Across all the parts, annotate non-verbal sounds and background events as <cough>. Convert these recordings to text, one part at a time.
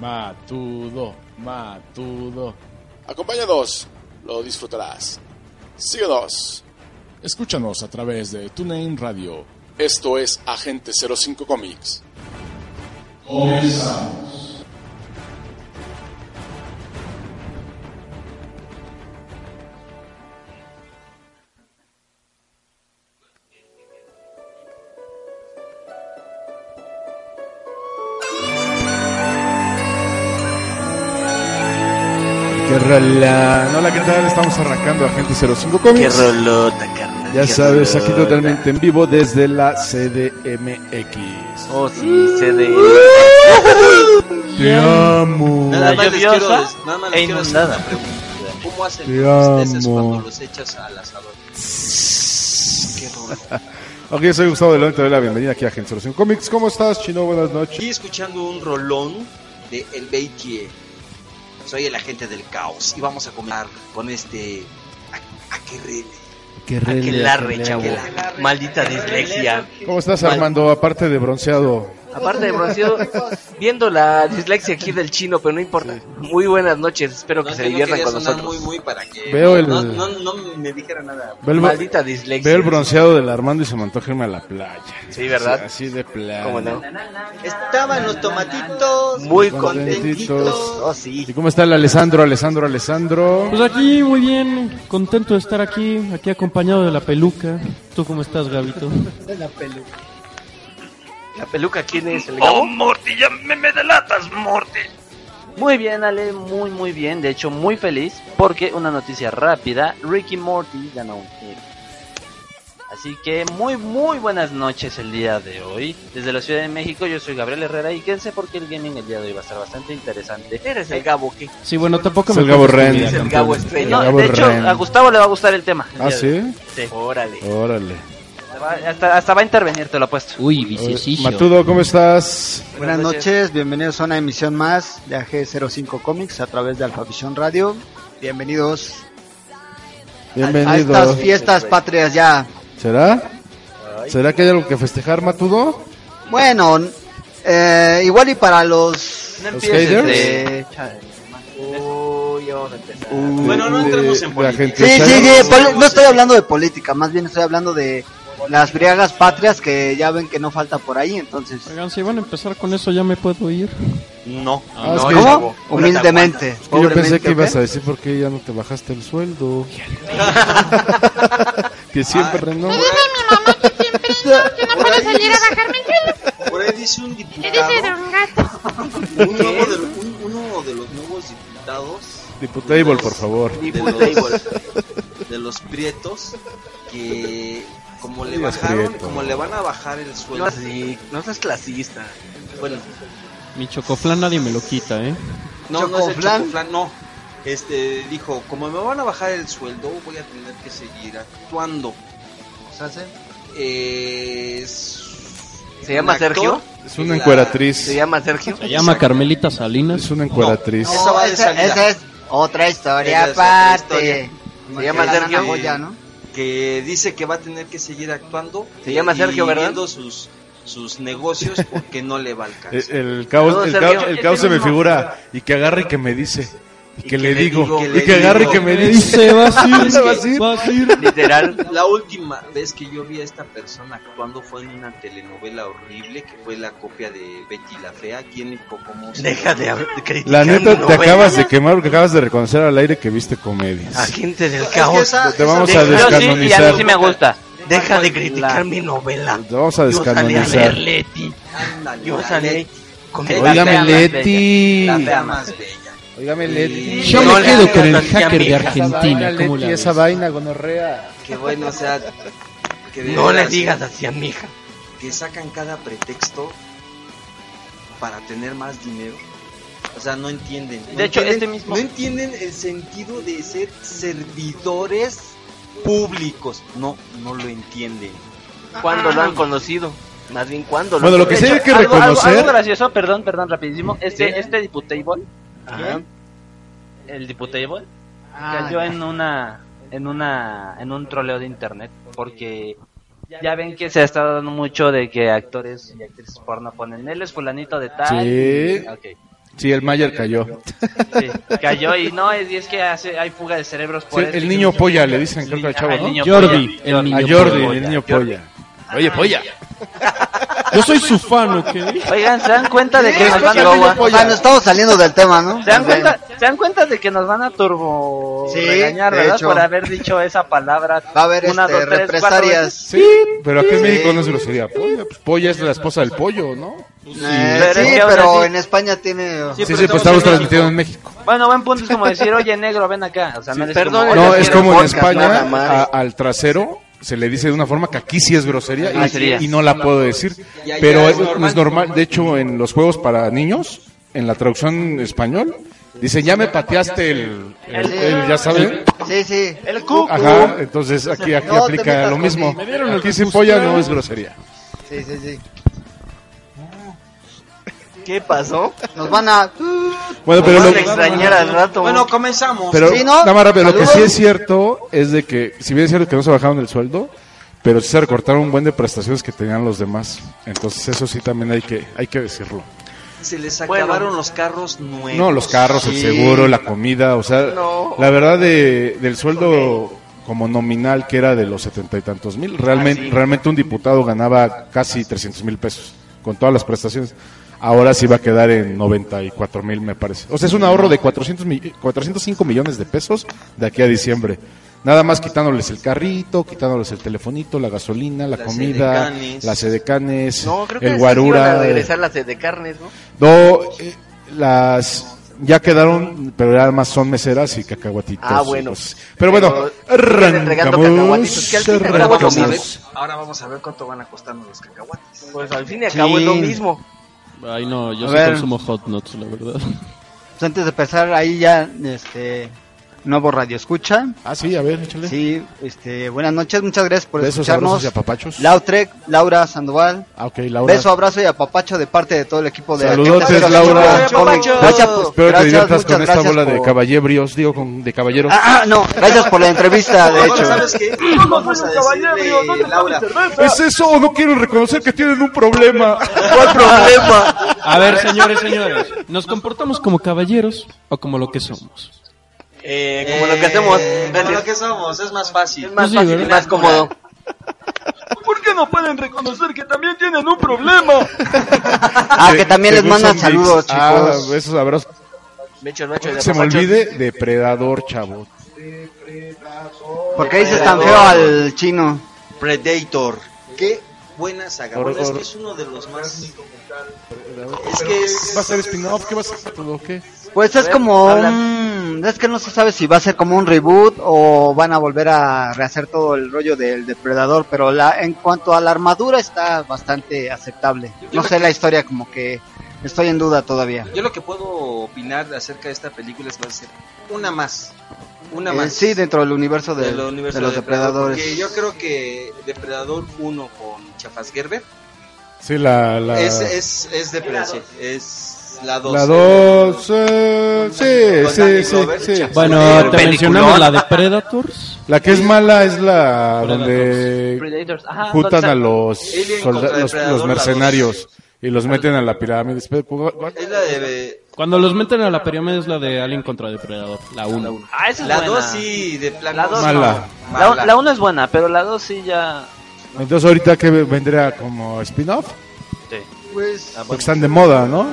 Matudo, Matudo. Acompáñanos, lo disfrutarás. Síguenos. Escúchanos a través de TuneIn Radio. Esto es Agente 05 Comics. ¡Qué rola! Hola, ¿qué tal? Estamos arrancando Agente 05 Qué Comics. rolota, carnal. Pues, Ya qué sabes, rolota. aquí totalmente en vivo desde la CDMX. Oh, sí, se de. Te amo. Nada Nada más les lluviosa quiero, des- nada más les e quiero hacer inundada. una pregunta. ¿Cómo hacen Te ustedes amo. cuando los echas al asador? Qué rolo. Ok, yo soy Gustavo de León, te doy la bienvenida aquí a Agente 05 Comics. ¿Cómo estás, Chino? Buenas noches. Estoy escuchando un rolón de El Beitie. Soy el agente del caos y vamos a comenzar con este a- aquerrele. Qué Aquelarre, chavo. aquelarre. Maldita dislexia. ¿Cómo estás, Armando? Aparte de bronceado. Aparte de bronceado, viendo la dislexia aquí del chino, pero no importa. Muy buenas noches, espero No, que es se que no diviertan quería con sonar nosotros. muy muy para que Veo el- no, no, no me dijera nada. Ve el, Maldita dislexia. ve el bronceado del Armando y se me antoja irme a la playa. Sí, ¿verdad? Así de playa. ¿Cómo no? Estaban los tomatitos Muy contentitos. Oh, sí. ¿Y cómo está el Alessandro, Alessandro, Alessandro? Pues aquí muy bien, contento de estar aquí, aquí acompañado de la peluca. ¿Tú cómo estás, Gabito? ¿La peluca quién es? ¿Oh? ¿El Gabo? Morty, ya me, me delatas, Morty. Muy bien, Ale, muy muy bien. De hecho, muy feliz porque una noticia rápida, Ricky Morty ganó un Emmy. Así que muy muy buenas noches el día de hoy. Desde la Ciudad de México, yo soy Gabriel Herrera y quédense porque el gaming el día de hoy va a estar bastante interesante. Eres el Gabo, ¿qué? Sí, bueno, tampoco Es me el Gabo cuentes tu Ren. vida, Es el campeón. Gabo este. Estrella. No, Gabo de hecho, Ren. a Gustavo le va a gustar el tema. el ¿Ah, día de hoy. sí? Sí. Órale. Órale. Se va- hasta, hasta va a intervenir, te lo apuesto. Uy, Matudo, ¿cómo estás? Buenas noches, bienvenidos a una emisión más de AG05 Comics a través de Alfavisión Radio. Bienvenidos a Bienvenido. estas fiestas patrias ya. ¿Será? ¿Será que hay algo que festejar, Matudo? Bueno, eh, igual y para los... No ¿Los empieces. haters? eh. eh, chale. Uy, ya vamos a empezar. Bueno, no De- entremos en de política. agente Sí, sí, cero. sí, poli- no estoy hablando de política, más bien estoy hablando de las briagas patrias que ya ven que no falta por ahí, entonces... Oigan, si van a empezar con eso, ya me puedo ir. No, Ah, es no, que- Gabo, ¿Cómo? ahora te Humildemente. Es que Yo pensé pobremente, que ¿ok? ibas a decir por qué ya no te bajaste el sueldo. <laughs> que siempre no. Por ahí, salir a bajarme el sueldo. por ahí dice un ¿Qué diputado, dice Don Gato? un nuevo de, un- uno de los nuevos diputados Diputable, por favor. de los, de los prietos que como le Digas bajaron, prieto. como le van a bajar el No, sueldo, así, no seas clasista. bueno, Mi chocoflan nadie me lo quita, ¿eh? no, no es el Chocoflan. chocoflan, no. Este dijo, como me van a bajar el sueldo, voy a tener que seguir actuando. O sea, sí. Es, ¿Se llama actor? Sergio? Es una encueratriz. ¿Se llama Sergio? Se llama Carmelita Es Salinas. una encueratriz. No. Eso va de esa, salida. esa es otra historia Esa es otra historia. aparte. Se llama La Sergio. nana Goya, ¿no? que dice que va a tener que seguir actuando. Se llama y Sergio, ¿verdad? viendo sus, sus negocios porque no le va a <laughs> Eh, alcanzar. El caos, Saludos, el Sergio. caos, el caos se me figura. Y que agarre y que me dice. Y que, le, le digo. digo, que Y le que agarre y digo. que <laughs> me dice. Dice, vas a <laughs> Se va a ir, ir. vas a ir. Literal. La última vez que yo vi a esta persona actuando fue en una telenovela horrible que fue la copia de Betty la Fea aquí en Hipocomos. <laughs> Deja de hab- criticar La neta, te novelas. acabas de quemar porque acabas de reconocer al aire que viste comedias. Agente del Es que caos. esa- Te vamos esa- a Yo sí, y a descanonizar. mí sí me gusta. Deja de criticar mi novela. Te vamos a Yo salí a ver descanonizar. Leti. Ándale, Yo la salí neta, con Oiga, la Óigame, fea más Leti. la fea más bella. Óigame, Leti. Yo No me le quedo hagas con el así a mi hacker de hija. Argentina. ¿Cómo la ves? vaina gonorrea. Que bueno, o sea. que de bella. No le veras, digas así a mi hija. que sacan cada pretexto para tener más dinero. O sea, no entienden. No De hecho, entienden- este mismo- No entienden el sentido de ser servidores públicos. No, no lo entienden. ¿Cuándo lo Ah. han conocido? Más bien, ¿cuándo Bueno, lo han que sí conocido? hay que algo, algo- algo reconocer. gracioso, perdón, perdón, rapidísimo. Este, este diputable, Ajá. el diputable, cayó en una, en una, en un troleo de internet porque ya ven que se ha estado dando mucho de que actores y actrices porno ponen él es fulanito de tal. Sí. Ok, Sí, el Mayer cayó. sí, cayó y no, es, y es que hace- hay fuga de cerebros Sí, por el niño polla, le dicen, creo que al chavo, Ajá, el ¿no? niño Jordi, polla. el niño A Jordi, el niño polla. Oye, polla. Yo soy su fan, ¿ok? Oigan, ¿se dan cuenta de que Sí, nos van Chihuahua. a... O sea, nos estamos saliendo del tema, ¿no? ¿Se dan, cuenta, ¿Se dan cuenta de que nos van a turbo Sí, regañar, de verdad? hecho. Por haber dicho esa palabra. Va a haber una, este, dos, tres, cuatro veces. represalias. Sí, pero aquí en México no es grosería. Polla, pues, polla es la esposa del pollo, ¿no? Eh, Pero es sí, que aún pero así- en España tiene. Sí, sí, pues estamos transmitiendo en México. Bueno, buen punto es como decir, oye, negro, ven acá. O sea, Sí, no eres perdón, como- Oiga, No, es quiero como en podcast, España, nada más. a- al trasero se le dice de una forma que aquí Ah, sí es grosería y- Grosería. y, no la puedo decir. Y allá Pero es es, normal. es normal, de hecho, en los juegos para niños, en la traducción español, dicen, ya me pateaste el, el- el- ya saben. Sí, sí. El cuco. Ajá, entonces aquí, aquí No te aplica metas lo mismo. conmigo. Me Aquí si polla no es grosería. Sí, sí, sí. ¿Qué pasó? Nos van a. pues, Bueno, pero Van lo, a extrañar al rato. Bueno, comenzamos. Pero Sí, ¿no? nada más rápido, lo que Saludos. sí es cierto es de que, si bien es cierto que no se bajaron el sueldo, pero sí se recortaron un buen de prestaciones que tenían los demás. Entonces eso sí también hay que, hay que decirlo. se les Bueno. acabaron los carros nuevos. No, los carros, el seguro, la comida, o sea, No. la verdad de, del sueldo como nominal que era de los setenta y tantos mil, realmente, Ah, realmente un diputado ganaba casi trescientos mil pesos con todas las prestaciones. Ahora sí va a quedar en 94 mil, me parece. O sea, es un ahorro de 400 mi- 405 millones de pesos de aquí a diciembre. Nada más quitándoles el carrito, quitándoles el telefonito, la gasolina, la Las comida, sedecanes. las sedecanes, No, creo que el esas iban guarura. eh. a regresar las de carnes, ¿no? No, eh, las ya quedaron, pero nada más son meseras y cacahuatitos. Ah, bueno. Y cosas. Pero bueno, Pero siguen entregando cacahuatitos, que al arrancamos, fin Ahora vamos, a ver, arrancamos. ahora vamos a ver cuánto van a costarnos los cacahuates. Pues al fin y al cabo es Sí. lo mismo. Ay, no, yo A sí ver. consumo hot nuts, la verdad. Pues antes de empezar, ahí ya, este. Nuevo Radio Escucha. Ah, sí, a ver, échale. Sí, este. Buenas noches, muchas gracias por Besos, escucharnos. abrazos y apapachos. Lautrec, Laura Sandoval. Ah, ok, Laura. Beso, abrazo y apapacho de parte de todo el equipo de Saludotes, Agentes Laura. Comics. Gracias, pues, Espero gracias, te diviertas muchas con esta gracias bola de por- caballeros, digo, con, de caballeros. Ah, ah, no, gracias por la entrevista, de Ahora, hecho. ¿sabes qué? Vamos a decirle, Laura, ¿Es eso o no quieren reconocer que tienen un problema? A ver, señores, señores. Nos comportamos como caballeros o como lo que somos. Eh, como lo que hacemos. Eh, como Gracias. lo que somos, es más fácil. Pues Más Pues Sí, fácil y ¿verdad? más cómodo. ¿Por qué no pueden reconocer que también tienen <laughs> un problema? Ah, que también les Según mandan son mix. saludos, Ah, chicos. besos, abrazos. Me echo el macho de Se me apapachos. olvide, depredador, chavo. ¿Por qué eh, dices tan oh. feo al chino? Predator. Qué buenas agarrones. Or- Es or- que es uno de los más. Es que es. ¿Va a ser spin-off? ¿Qué va a ser todo? ¿Qué? Pues es como un... Es que no se sabe si va a ser como un reboot o van a volver a rehacer todo el rollo del depredador, pero la, en cuanto a la armadura está bastante aceptable. No sé la historia, como que estoy en duda todavía. Yo lo que puedo opinar acerca de esta película es que va a ser una más. Una Eh, más. sí, dentro del universo de, del universo de los Depredador, depredadores. porque yo creo que Depredador 1 con Chafas Gerber Sí, la. la... Es, es, es de precio. Es la 2. La 2. Pues, eh, sí, Con sí, Danny sí, Glover, sí. Jack- Bueno, te Peliculón. mencionamos la de Predators. La que es mala es la donde Predators. Ajá, juntan ¿dónde a está? los, Alien solda- contra los, Depredador, los mercenarios y los meten a la pirámide. Espera, ¿cu- cu- Es la de. Cuando los meten a la pirámide es la de Alien contra Depredador, la 1. Ah, esa es La buena. 2 sí, de plan. La dos Mala. no. La- Mala. La 1 es buena, pero la 2 sí ya. Entonces ahorita que vendría como spin-off, Pues, porque están de moda, ¿no?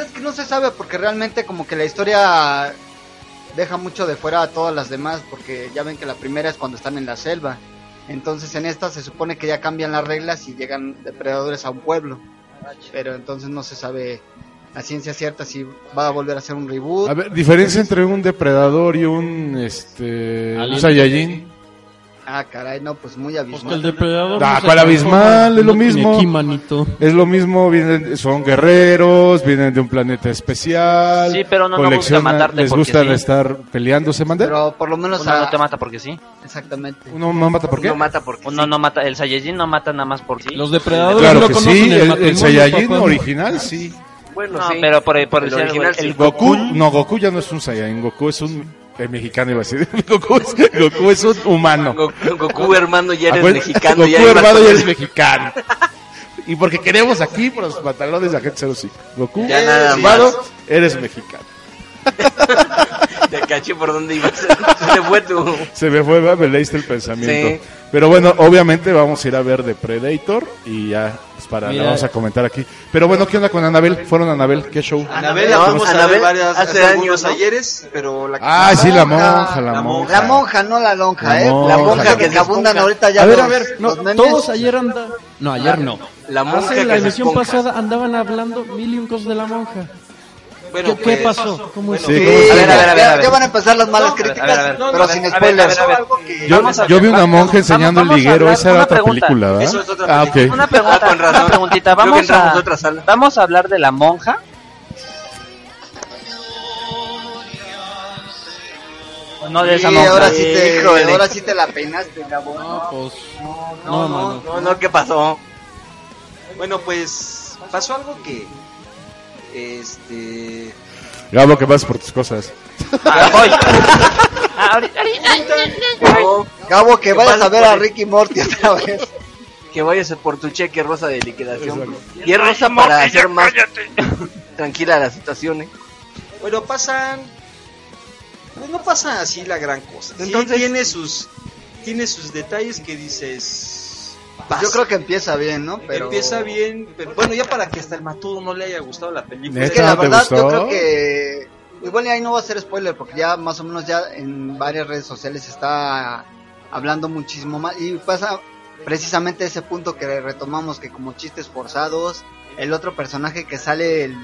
es que no se sabe porque realmente como que la historia deja mucho de fuera a todas las demás porque ya ven que la primera es cuando están en la selva. Entonces en esta se supone que ya cambian las reglas y llegan depredadores a un pueblo. Pero entonces no se sabe a ciencia cierta si va a volver a ser un reboot. A ver, diferencia entre un depredador y un este un Alien. Saiyajin. Ah, caray, no, pues muy Pues que el abismal. Depredador. Ah, se ¿cuál transforma? abismal? Es lo No tiene mismo. aquí, manito. Es lo mismo, vienen, son guerreros, vienen de un planeta especial. Sí, pero no, no coleccionan- gusta matarte les porque gusta sí. estar peleándose, ¿mande? Pero por lo menos Uno a- no te mata porque sí. Exactamente. Uno no mata, ¿por qué? Lo mata porque. Uno no mata. El Saiyajin no mata nada más porque sí. Los depredadores Claro no que conocen sí, el, el matrimonio, Saiyajin papá. original sí. Bueno, No, pero por, por El decir algo, original sí. el Goku, no, Goku ya no es un Saiyajin, Goku es un el mexicano iba a decir, Goku es, <laughs> Goku es un humano. Goku, Goku, hermano, ya eres Acuérdate, mexicano. Goku ya hermano ibas ya a- es mexicano. Y porque queremos aquí por los pantalones de Agente 05. Goku, Ya nada hermano, eres mexicano. Te caché por dónde ibas. <laughs> Se fue tu. Se me fue, ¿verdad? me leíste el pensamiento. Sí. Pero bueno, obviamente vamos a ir a ver de Predator y ya pues para la Mira. vamos a comentar aquí. Pero bueno, ¿qué onda con Anabel? Fueron a Anabel, qué show. Ah, Anabel la No, fuimos a ver Anabel varias, hace hace, años, algunos ¿no? ayeres, pero la que Ah, sí, la monja, monja, la la monja. La monja, no la lonja, La ¿eh? monja. la monja que Que se abundan ahorita ya A ver, los- a ver, no, los memes. todos ayer andan. No, ayer no. La monja Hace la que se emisión esponja. pasada andaban hablando mil y un cosas de la monja. Bueno, ¿Qué, pues, qué pasó? ¿Cómo es? Sí, Sí, ¿cómo se ya- A ver, a ver, a ver, a ver. Ya van a empezar las malas No, a ver, críticas, a ver, a ver. No, no, pero a sin ver, a ver, spoilers. a ver, a ver. Yo- Vamos a- Yo vi una monja enseñando vamos a el liguero, hablar esa de era una otra pregunta. película, ¿verdad? Eso es otra ah, película. ok. Una pregunta, Ah, con razón. una preguntita. Creo que Vamos entramos a, a otra sala. vamos a hablar de la monja. No de esa Sí, monja. ahora sí te, Híjole. ahora sí te la peinaste, Gabo. No, pues. no, no, No, mano. no, no, ¿qué pasó? Ah. Bueno, pues pasó algo que este Gabo, que vas por tus cosas. Ah, voy. Ah, ahorita- <laughs> no, Gabo, que vayas pasa a ver por a ahí? Ricky Morty otra pues, vez. que vayas a por tu cheque rosa de liquidación. Y es rosa para hacer más <laughs> tranquila la situación, ¿eh? Bueno, pasan pues no pasa así la gran cosa. Entonces Entonces- tiene sus tiene sus detalles que dices Yo creo que empieza bien, ¿no? Pero... pues, empieza bien, pero bueno, ya para que hasta el matudo no le haya gustado la película. Es que la ¿No te verdad, gustó? yo creo que... Igual y ahí no va a ser spoiler, porque ya más o menos ya en varias redes sociales se está hablando muchísimo más. Y pasa precisamente ese punto que retomamos, que como chistes forzados, el otro personaje que sale, el,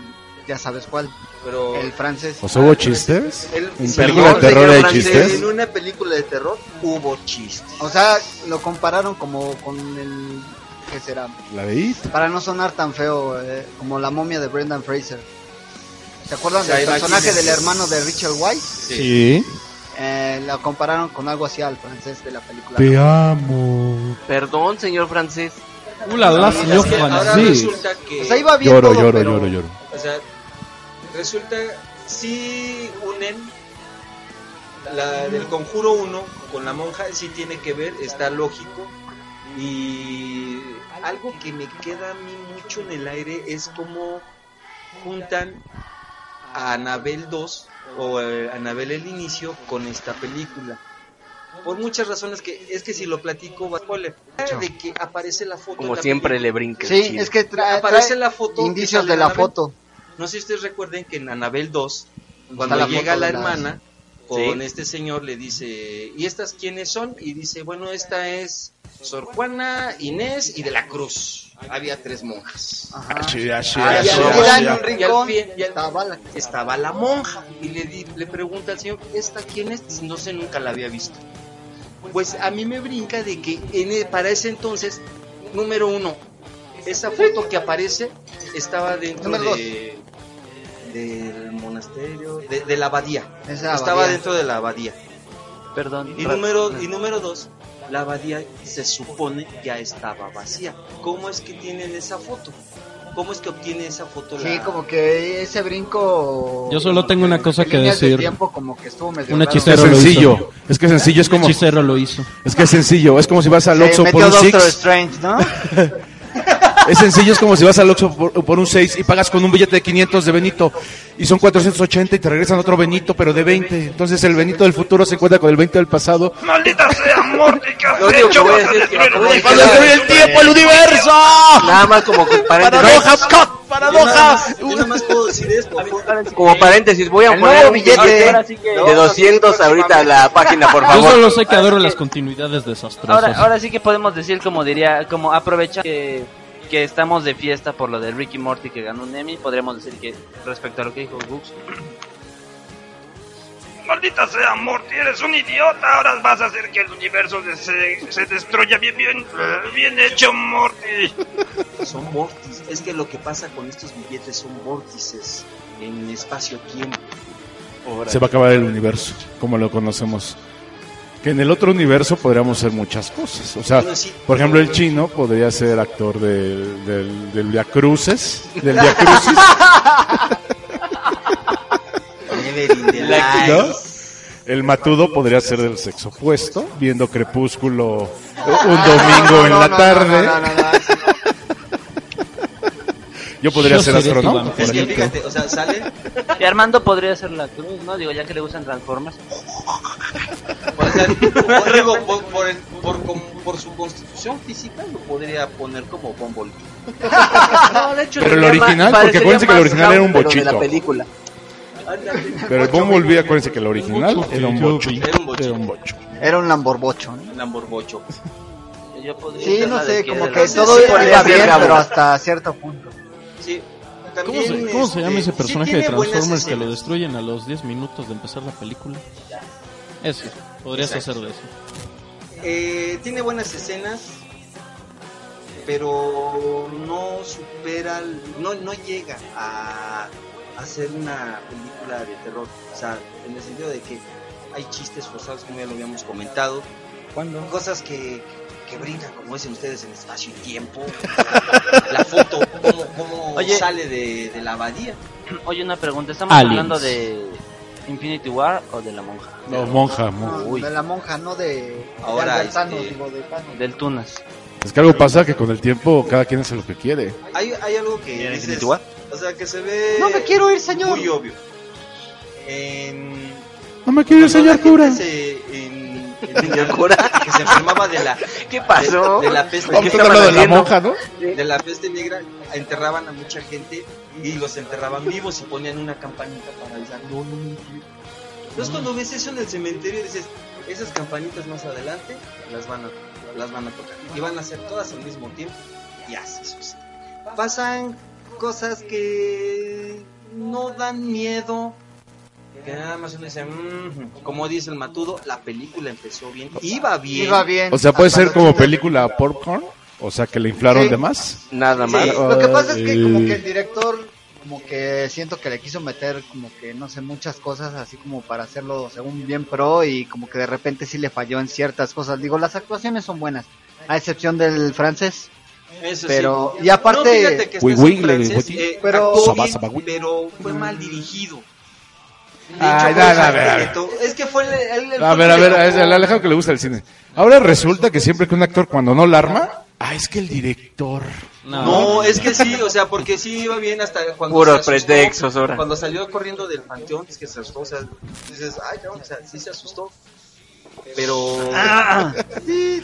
ya sabes cuál, Pero el francés. ¿O sea, hubo chistes? El- ¿En sí, película señor, de terror hay señor francés, chistes? En una película de terror hubo chistes. O sea, lo compararon como con el... ¿Qué será? La de It. Para no sonar tan feo, eh, como la momia de Brendan Fraser. ¿Se acuerdan O sea, del imagínense. personaje del hermano de Richard White? Sí. Eh, lo compararon con algo así al francés de la película. Te amo. Perdón, señor francés. Ulala, Es señor que ahora francés. resulta que O sea, iba bien Lloro, todo, lloro, pero lloro, lloro. o sea, resulta si unen la del conjuro 1 con la monja, sí tiene que ver, está lógico y algo que me queda a mí mucho en el aire es cómo juntan a Anabel 2 o eh, Anabel el inicio con esta película. Por muchas razones que es que si lo platico va a spoiler. De que aparece la foto en Como la siempre película. le brinca. el Sí, chile. es que tra- aparece trae la foto que indicios sale de la Anabel. foto. No sé si ustedes recuerden que en Anabel 2, Está cuando la llega foto la de las- hermana con Sí. este señor, le dice, ¿y estas quiénes son? Y dice, bueno, esta es Sor Juana, Inés y de la Cruz. Había tres monjas. Ajá. Ah, Y ya, al- ya, ya en ya. un Y al rincón fin, ya- estaba la- Estaba la monja y le, di- le pregunta al señor, ¿esta quién es? Dice, no sé, nunca la había visto. Pues a mí me brinca de que en e- para ese entonces, número uno, esa foto que aparece estaba dentro Número de- del monasterio, de, de la abadía. esa estaba abadía. dentro de la abadía. Perdón. Y Ra- número, y número dos, la abadía se supone ya estaba vacía. ¿Cómo es que tienen esa foto? ¿Cómo es que obtiene esa foto? Sí, la- como que ese brinco. Yo solo tengo una cosa en que líneas de decir. tiempo como que estuvo medio Un raro. Es que es hechicero lo sencillo. hizo. Es que es sencillo. Es Un como. hechicero lo hizo. Es que es sencillo. Es como si vas al Se Oxxo por metió un Doctor six. Strange, ¿no? Es sencillo. Es como si vas al Oxxo por, por un 6 y pagas con un billete de 500 de Benito. Y son 480 y te regresan otro Benito, pero de 20. Entonces el Benito del futuro se encuentra con el 20 del pasado. ¡Maldita sea, Morty! ¿Qué has Lo único que hecho? voy a ¡Vas a decir es que destruir voy a el decir- ¡Cuando destruye el tiempo, el universo! Nada más como <laughs> que paréntesis. Scott! Yo nada más- yo nada más puedo decir esto. Como paréntesis, voy a El poner nuevo un billete. billete Ahora de 200 ahorita a la página, por Yo favor. solo sé que adoro las continuidades desastrosas. Ahora, ahora sí que podemos decir, como diría, como aprovecha que, que estamos de fiesta por lo de Ricky Morty que ganó un Emmy, podríamos decir que respecto a lo que dijo Gux, ¡Maldita sea, Morty! ¡Eres un idiota! Ahora vas a hacer que el universo de- se, se destruya bien, bien, bien hecho, Morty. Son vórtices. Es que lo que pasa con estos billetes son vórtices en espacio-tiempo. Se va a acabar el universo, como lo conocemos. Que en el otro universo podríamos ser muchas cosas. O sea, por ejemplo, el chino podría ser actor del, del, del Via Cruces. Del Via Crucis, Never in the ¿no? light. El matudo podría ser del sexo opuesto, viendo crepúsculo un domingo en No, no, la no, tarde. no, no, no, no, eso no. Yo podría Yo ser seré tu astronauta. vampiro. Es que Correcto. fíjate, o sea, salen. Y Armando podría ser la cruz, ¿no? Digo, ya que le gustan Transformers. O sea, <laughs> por- digo, por, por el- por com- por su constitución física lo podría poner como Bumblebee. No, de hecho, Pero el sería original, más- parecería porque acuérdense que el más original era un Rambo, pero De bochito. la película. Ándale. Pero el bombo olvida, acuérdense que el original era un bocho. Era un bocho. Era un bocho. Era un lamborbocho. ¿no? Lamborbocho. Yo podría Sí, ser no la de sé, que- como de que la- todo sí, iba podría bien, ser Rambo. pero hasta cierto punto. Sí. ¿Cómo También, se, cómo se este, llama ese sí personaje de tiene buenas Transformers que lo escenas. destruyen a los 10 minutos de empezar la película? Eso, podrías Exacto. hacer de eso. Eh, tiene buenas escenas, pero no supera, el- no, no llega a hacer una película de terror. O sea, en el sentido de que hay chistes forzados, como ya lo habíamos comentado, cosas que, que brincan, como dicen ustedes, en espacio y tiempo. <laughs> la foto, cómo, cómo Oye. sale de, de la abadía. Oye, una pregunta, ¿estamos Aliens. hablando de Infinity War o de la monja? No, monja, monja. No, Uy. de la monja, no de. Ahora, de Albertano, este- digo, de Thanos. Del Tunas. Es que algo pasa que con el tiempo cada quien hace lo que quiere. Hay, hay algo que. ¿En dices, Infinity War? O sea, que se ve. No me quiero ir, señor. Muy obvio. En. No me quiero Cuando la enseñar gente cura. se- en- en- Que se enfermaba de la, ¿Qué pasó? <laughs> de, de la peste Vamos a negra. estar hablando de la haciendo? monja, ¿no? De la peste negra enterraban a mucha gente y los enterraban vivos y ponían una campanita para avisar. No, no, no, no". Entonces cuando ves eso en el cementerio dices, esas campanitas más adelante las van a, las van a tocar. Y van a hacer todas al mismo tiempo y así sucede. Pasan cosas que no dan miedo. Que nada más uno dice, "Mm". como dice el matudo, la película empezó bien, iba bien. Iba bien. O sea, puede Hasta ser los como 80. película popcorn, o sea, que le inflaron Sí. de más. Nada Sí. más. Claro. Lo que pasa es que como Ay. que el director como que siento que le quiso meter como que no sé muchas cosas así como para hacerlo según bien pro y como que de repente sí le falló en ciertas cosas. Digo, las actuaciones son buenas, a excepción del francés. Eso Pero- sí. y aparte- No, fíjate que Uy, está uy, en le- francés, uy, eh, pero- actuó Sabá, bien, sabá, uy. pero fue mal dirigido. De Ay, hecho, fue da, da, mal da, da. directo. Es que fue el, el- el- A ver, a ver, es el Alejandro que le gusta el cine. Ahora resulta que siempre que un actor cuando no la arma, ah, es que el director. No, es que sí, o sea, porque sí iba bien hasta cuando Puros se asustó, pretextos ahora. Cuando salió corriendo del panteón, es que se asustó, o sea, dices, ay, no, o sea, sí se asustó. Pero Ah. sí.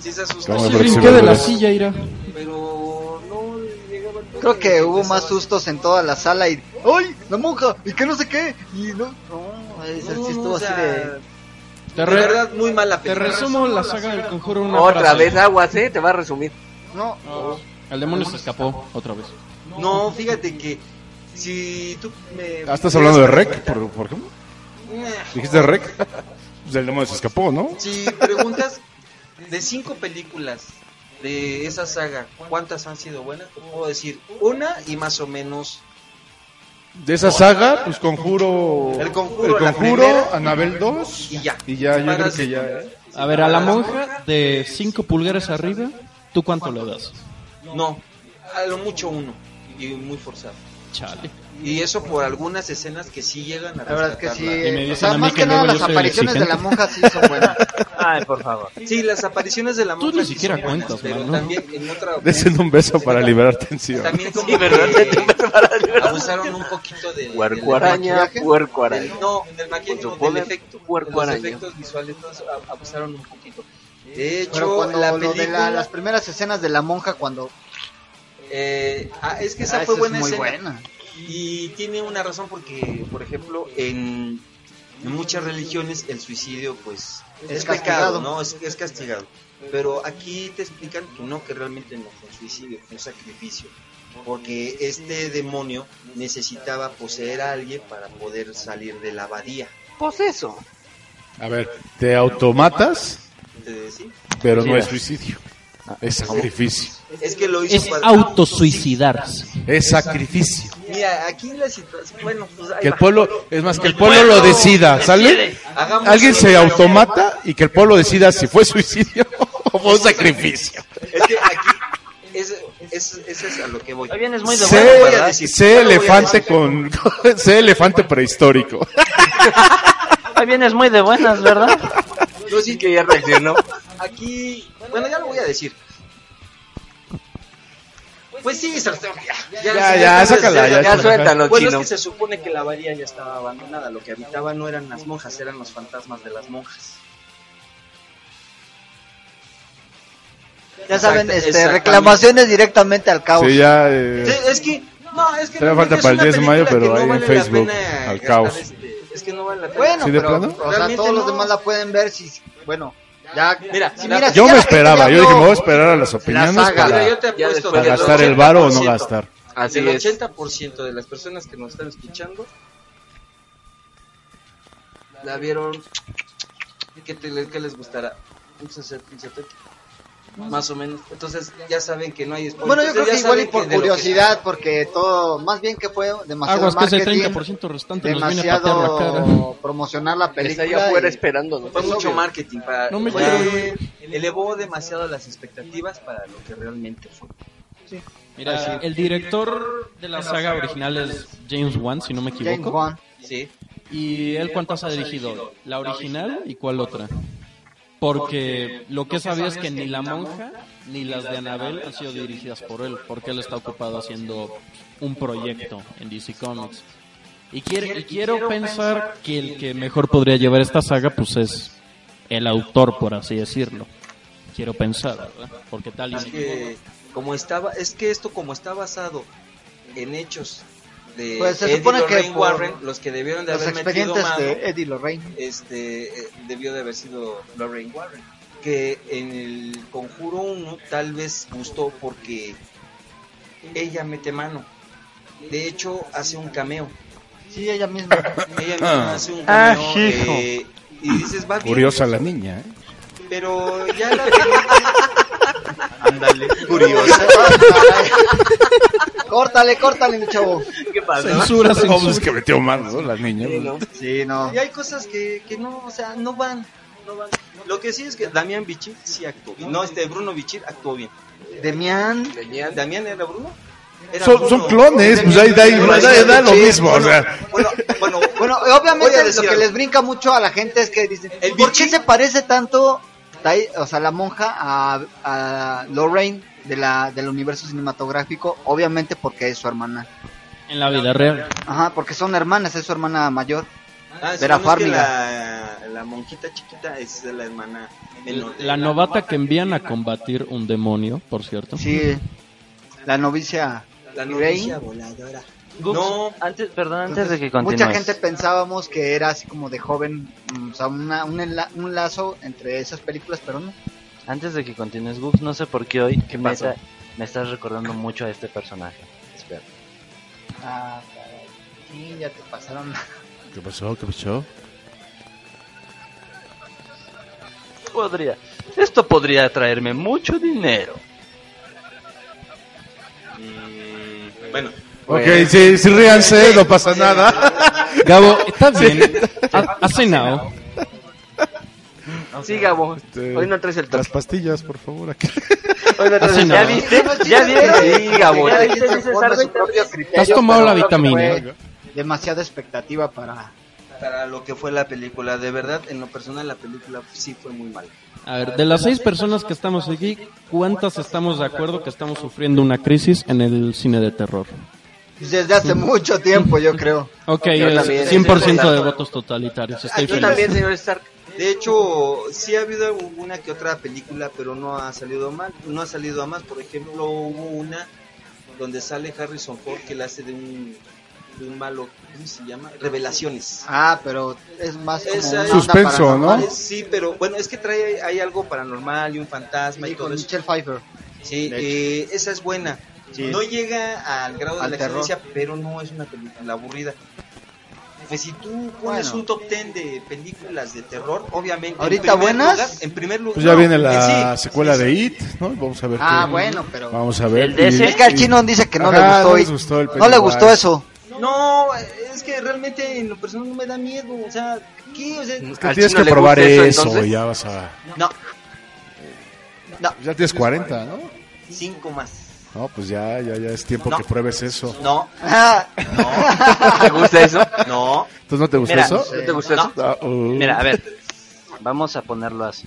Sí se asustó. Como Sí, la próxima brinqué de la vez. silla, Ira. Pero no le llegaba el toque, Creo que hubo empezaba- más sustos en toda la sala y ¡ay! La monja y que no sé qué y no, no, es- No, sí no, estuvo o sea, así de Te, de re- verdad, muy mala te película. resumo la saga del conjuro en una Otra frase. vez aguas, ¿eh? Te va a resumir. no, No, el demonio se escapó otra vez. No, fíjate que si tú me... Ah, estás hablando de Rec, por, por ejemplo. Eh, ¿Dijiste Rec? Pues el demonio se escapó, ¿no? Si preguntas de cinco películas de esa saga, ¿cuántas han sido buenas? Te puedo decir una y más o menos De esa saga, pues conjuro. El Conjuro, la primera. Anabel 2. Y ya. Y ya, yo Para creo que ya. secundar. ¿eh? A ver, a la monja de 5 pulgares arriba, ¿tú cuánto le das? No, a lo mucho uno. Y muy forzado. Chale. Y eso por algunas escenas que sí llegan a La verdad es que sí. eh. rescatarla. Y me dicen o sea, a mí más que que, nada luego yo las soy el apariciones de la exigente. monja sí son buenas. Ay, por favor. Sí, las apariciones de la monja ni sí siquiera son buenas, cuentas, pero mano. también en <laughs> otra Desen un beso para liberar tensión. también como Sí, <laughs> ¿verdad? que abusaron un poquito de Puerco del- araña, maquillaje? puerco del- araña. no, del Con maquillaje, su no, del poder, efecto, puerco de los araña. efectos visuales entonces, a- abusaron un poquito. De Pero hecho, cuando la lo de la- película las primeras escenas de la monja, cuando. eh, ah, es que esa Ah, fue es buena muy escena buena. y tiene una razón porque, por ejemplo, en, en muchas religiones el suicidio, pues, es, Es castigado. pecado, no, es, es castigado. Pero aquí te explican que no, que realmente no fue un suicidio, fue un sacrificio, porque este demonio necesitaba poseer a alguien para poder salir de la abadía. Pues eso. A ver, te automatas, Entonces, sí, pero no Sí, es va. suicidio. Es sacrificio. Es que lo hizo <laughs> Es pues, para- autosuicidarse. Es sacrificio. Mira, aquí la situación, bueno, pues ahí Que el va. pueblo, es más, que el pueblo lo decida, ¿sale? Hagamos Alguien lo se que- automata y que el pueblo decida si fue suicidio <laughs> o fue un sacrificio. Es que aquí es, es, eso es a lo que voy. Hoy vienes <laughs> muy de Sé- bueno, Sé, ¿verdad? ¿verdad? decir. sé No lo voy a elefante decir. con, <laughs> sé elefante prehistórico. <laughs> Hoy vienes muy de buenas, <laughs> ¿verdad? Yo sí que ya reaccionó. Aquí, bueno, ya lo voy a decir. Pues sí, Sartón, ya. Ya, ya, sácala, ya, Ya suéltalo, Bueno, es chino. que se supone que la abadía ya estaba abandonada. Lo que habitaba no eran las monjas, eran los fantasmas de las monjas. Ya saben, Exacto, este, exactamente. reclamaciones directamente al caos. Sí, ya, eh, Sí, es que, no, es que. Todavía falta es para el una 10 de mayo, película pero que ahí en vale la Facebook, pena al gastar, caos. este, es que no vale la pena. Bueno, ¿Sí, de pero, plano? o sea, Realmente todos los no. demás la pueden ver si, bueno, ya. Mira, si la- miras- ya yo me la gente esperaba, ya yo dije, me vio voy a esperar a las opiniones saga. para, Mira, yo te Ya apuesto después para que del el gastar el varo o no 80% gastar. Así el es. 80% de las personas que nos están escuchando la vieron que, te- que les gustará un 60, un 70, más o menos entonces ya saben que no hay spoiler. Bueno, yo creo que Entonces, ya igual y saben por que de lo que- curiosidad, porque todo, más bien que fue demasiado Aguas que ese marketing, 30% restante nos viene a patear la cara. demasiado promocionar la Está película. allá afuera y- esperándonos. fue Pues mucho Pues obvio. marketing para No me fue- quiero elevó demasiado las expectativas para lo que realmente fue Mira, el director de la saga original es James Wan, si no me James equivoco. Wan. sí ¿Y él cuántas ha dirigido? ¿La original y cuál otra? Porque lo que sabía es que ni La Monja ni las de Anabel han sido dirigidas por él, porque él está ocupado haciendo un proyecto en DC Comics. Y, quiere- y quiero pensar que el que mejor podría llevar esta saga, pues es el autor, por así decirlo. Quiero pensar, ¿verdad? Porque tal y Es que como estaba, es que esto como está basado en hechos de Pues se Eddie supone que Lorraine por Warren, los que debieron de Los haber metido expedientes mano, de Eddie Lorraine. este eh, debió de haber sido Lorraine Warren, que en el conjuro 1 tal vez gustó porque ella mete mano. De hecho, hace un cameo. Sí, ella misma. <laughs> <laughs> Ella misma hace un cameo. eh, y dices, va bien, Curiosa la niña, ¿eh? Pero ya la Ándale, curioso. córtale, córtale, mi chavo. ¿Qué pasó? Censura, No, pues es censura. que metió mal, ¿no? La niña. Sí, no. Y hay cosas que, que no, o sea, no van, no van. Lo que sí es que Damián Bichir sí actuó bien. No, este Bruno Bichir actuó bien. Demian. Damián, Damián era Bruno. Era Son, Bruno. son clones, pues ahí da, ahí da- ahí da lo mismo, o sea. Bueno, bueno, Bueno, Voy a obviamente decir lo que algo. les brinca mucho a la gente es que dicen, El ¿por bichi- qué se parece tanto, Tai- o sea, la monja a, a Lorraine de la, del universo cinematográfico? Obviamente porque es su hermana. En la vida real. Ajá, porque son hermanas, es su hermana mayor. ah, sí, Vera bueno, es que Farmiga. la, la monjita chiquita es la hermana menor. de- La novata que envían a combatir un demonio, por cierto. Sí, la novicia. la Grey. novicia voladora. Gux, No. Antes, perdón, antes de que continúes. Mucha gente pensábamos que era así como de joven, mm, o sea, una- un, enla- un lazo entre esas películas, pero no. Antes de que continúes, Gux, no sé por qué hoy pasó? neta, me estás recordando mucho a este personaje. Espera. Ah, caray. Sí, ya te pasaron. ¿Qué pasó? ¿Qué pasó? Podría. Esto podría traerme mucho dinero. Mm, bueno, Ok, sí, sí, ríanse, no pasa nada. Gabo, está bien. Ha- ¿Has cenado? Sí, Gabo. Este, Hoy no traes el Las toque. pastillas, por favor. aquí. Hoy no traes Así el ¿Ya no. <laughs> viste? pues, ¿Ya viste? <laughs> Sí, Gabo. ¿Ya viste? Dices, Forma su "Arbitre, propio dices, criterio, ¿Has tomado pero la creo que vitamina? ¿eh? fue Demasiada expectativa para para lo que fue la película. De verdad, en lo personal, la película sí fue muy mala. A ver, de las seis personas que estamos aquí, ¿cuántas estamos de acuerdo que estamos sufriendo una crisis en el cine de terror? desde hace mucho tiempo, yo creo. Ok, Yo es también, 100% de sí. votos totalitarios. Estoy Tú feliz. también, señor Stark. De hecho, sí ha habido una que otra película, pero no ha salido mal, no ha salido a más. Por ejemplo, hubo una donde sale Harrison Ford que la hace de un, de un malo, ¿cómo se llama? Revelaciones. Ah, pero es más como Esa una es- onda Suspenso, paranormal. ¿no? Sí, pero bueno, es que trae hay algo paranormal y un fantasma y Sí, con todo eso. Michelle Pfeiffer. Sí, De eh, esa es buena. Sí. No llega al grado Al de la terror. excelencia, pero no es una película aburrida. Pues si tú pones Bueno. un top 10 de películas de terror, obviamente. en ¿Ahorita primer buenas? lugar- en primer lugar. Pues ya no, viene en la sí, secuela sí, de sí. It, ¿no? Vamos a ver. Ah, qué- bueno, pero Vamos a ver. ¿El de y- ese? es que al chino dice que no Ajá, le gustó. no y- les gustó el ¿eh? no le gustó Pennywise. eso. No, es que realmente en lo personal no me da miedo. O sea, ¿qué? O sea, Es que Al tienes chino le que gusta probar eso, eso, entonces. y ya vas a. no, Ya tienes 40, ¿no? 5 más. No, pues ya, ya, ya es tiempo No. que pruebes eso. No, Ah, ¿Te gusta eso? no. ¿Entonces no te gustó Mira, eso? Eh, ¿no te gustó eso? Ah, uh. Mira, a ver, <laughs> vamos a ponerlo así.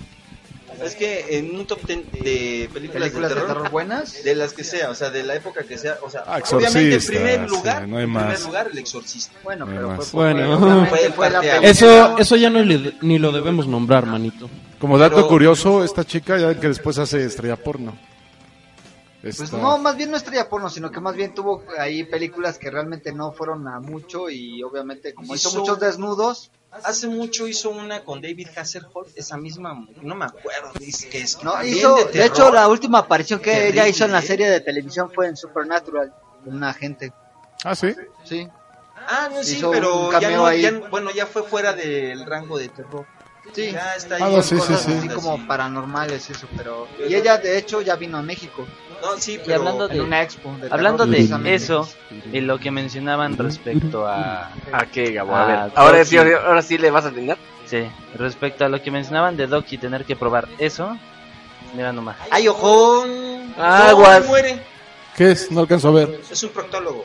Es que en un top 10 de películas, películas de terror, buenas. De las que sea, o sea, de la época que sea, o sea, Ah, obviamente en Exorcista, primer lugar, sí, no hay en más. primer lugar el exorcista. Bueno, No hay pero más. fue, Bueno. obviamente fue la Eso- película. Eso, eso ya no le- ni lo debemos nombrar, manito. Como dato Pero- curioso, esta chica ya que después hace estrella porno. Pues Esta- no, más bien no estrella porno, sino que más bien tuvo ahí películas que realmente no fueron a mucho y obviamente como hizo Hizo- muchos desnudos, Hace mucho hizo una con David Hasselhoff, esa misma, no me acuerdo, dice que es ¿no? también Hizo, de, terror. hecho, la última aparición que ella Terrible, hizo en la ¿eh? serie de televisión fue en Supernatural, un agente. Ah, sí. Sí. Ah, no, sí, hizo un pero ya cameo no, ahí. ya no- bueno, ya fue fuera del rango de terror. Sí. Ya está ahí. Ah, no, con sí, sí, cosas sí. así así. como paranormales eso, pero y ella de hecho ya vino a México No, sí, Y pero hablando en de, una expo. de hablando terror, de precisamente. eso y lo que mencionaban respecto a... ¿A qué, Gabo? Ah, A ver. Ahora pues sí, Toki. ahora sí le vas a atinar. Sí, respecto a lo que mencionaban de Doki tener que probar eso, mira nomás. Ay, ojón. Aguas. No, muere. ¿Qué es? No alcanzo <laughs> a ver. Es un proctólogo.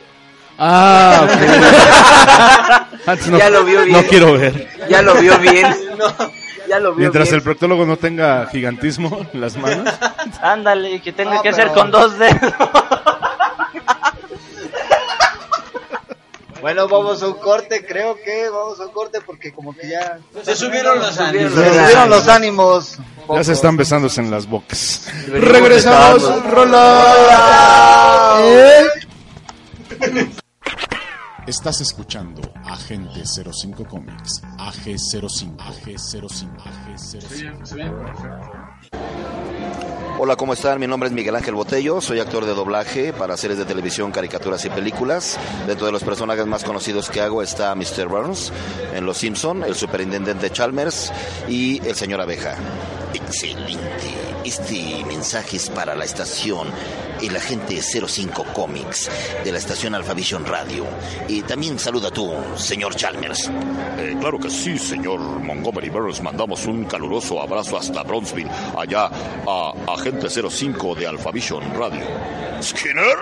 Ah, ok. Antes no, Ya lo vio bien. no quiero ver. Ya lo vio bien. No, Ya lo vio Mientras bien. el proctólogo no tenga gigantismo en las manos. Ándale, que tenga No, que pero- hacer con dos dedos. Bueno, vamos a un corte, creo que vamos a un corte porque como que ya se subieron los se ánimos. subieron los ánimos. Ya se están besándose en las bocas. Venimos Regresamos, besando. Rola. ¿Eh? Estás escuchando Agente 05 Comics, AG05, AG05, AG05. Hola, ¿cómo están? Mi nombre es Miguel Ángel Botello, soy actor de doblaje para series de televisión, caricaturas y películas. Dentro de los personajes más conocidos que hago está Mr. Burns en Los Simpson, el superintendente Chalmers y el señor Abeja. Excelente. Este mensaje es para la estación El Agente 05 Comics de la estación Alphavision Radio. Y también saluda a tú, señor Chalmers. Eh, claro que sí, señor Montgomery Burns. Mandamos un caluroso abrazo hasta Bronzeville, allá a Agente 05 de Alphavision Radio. ¿Skinner?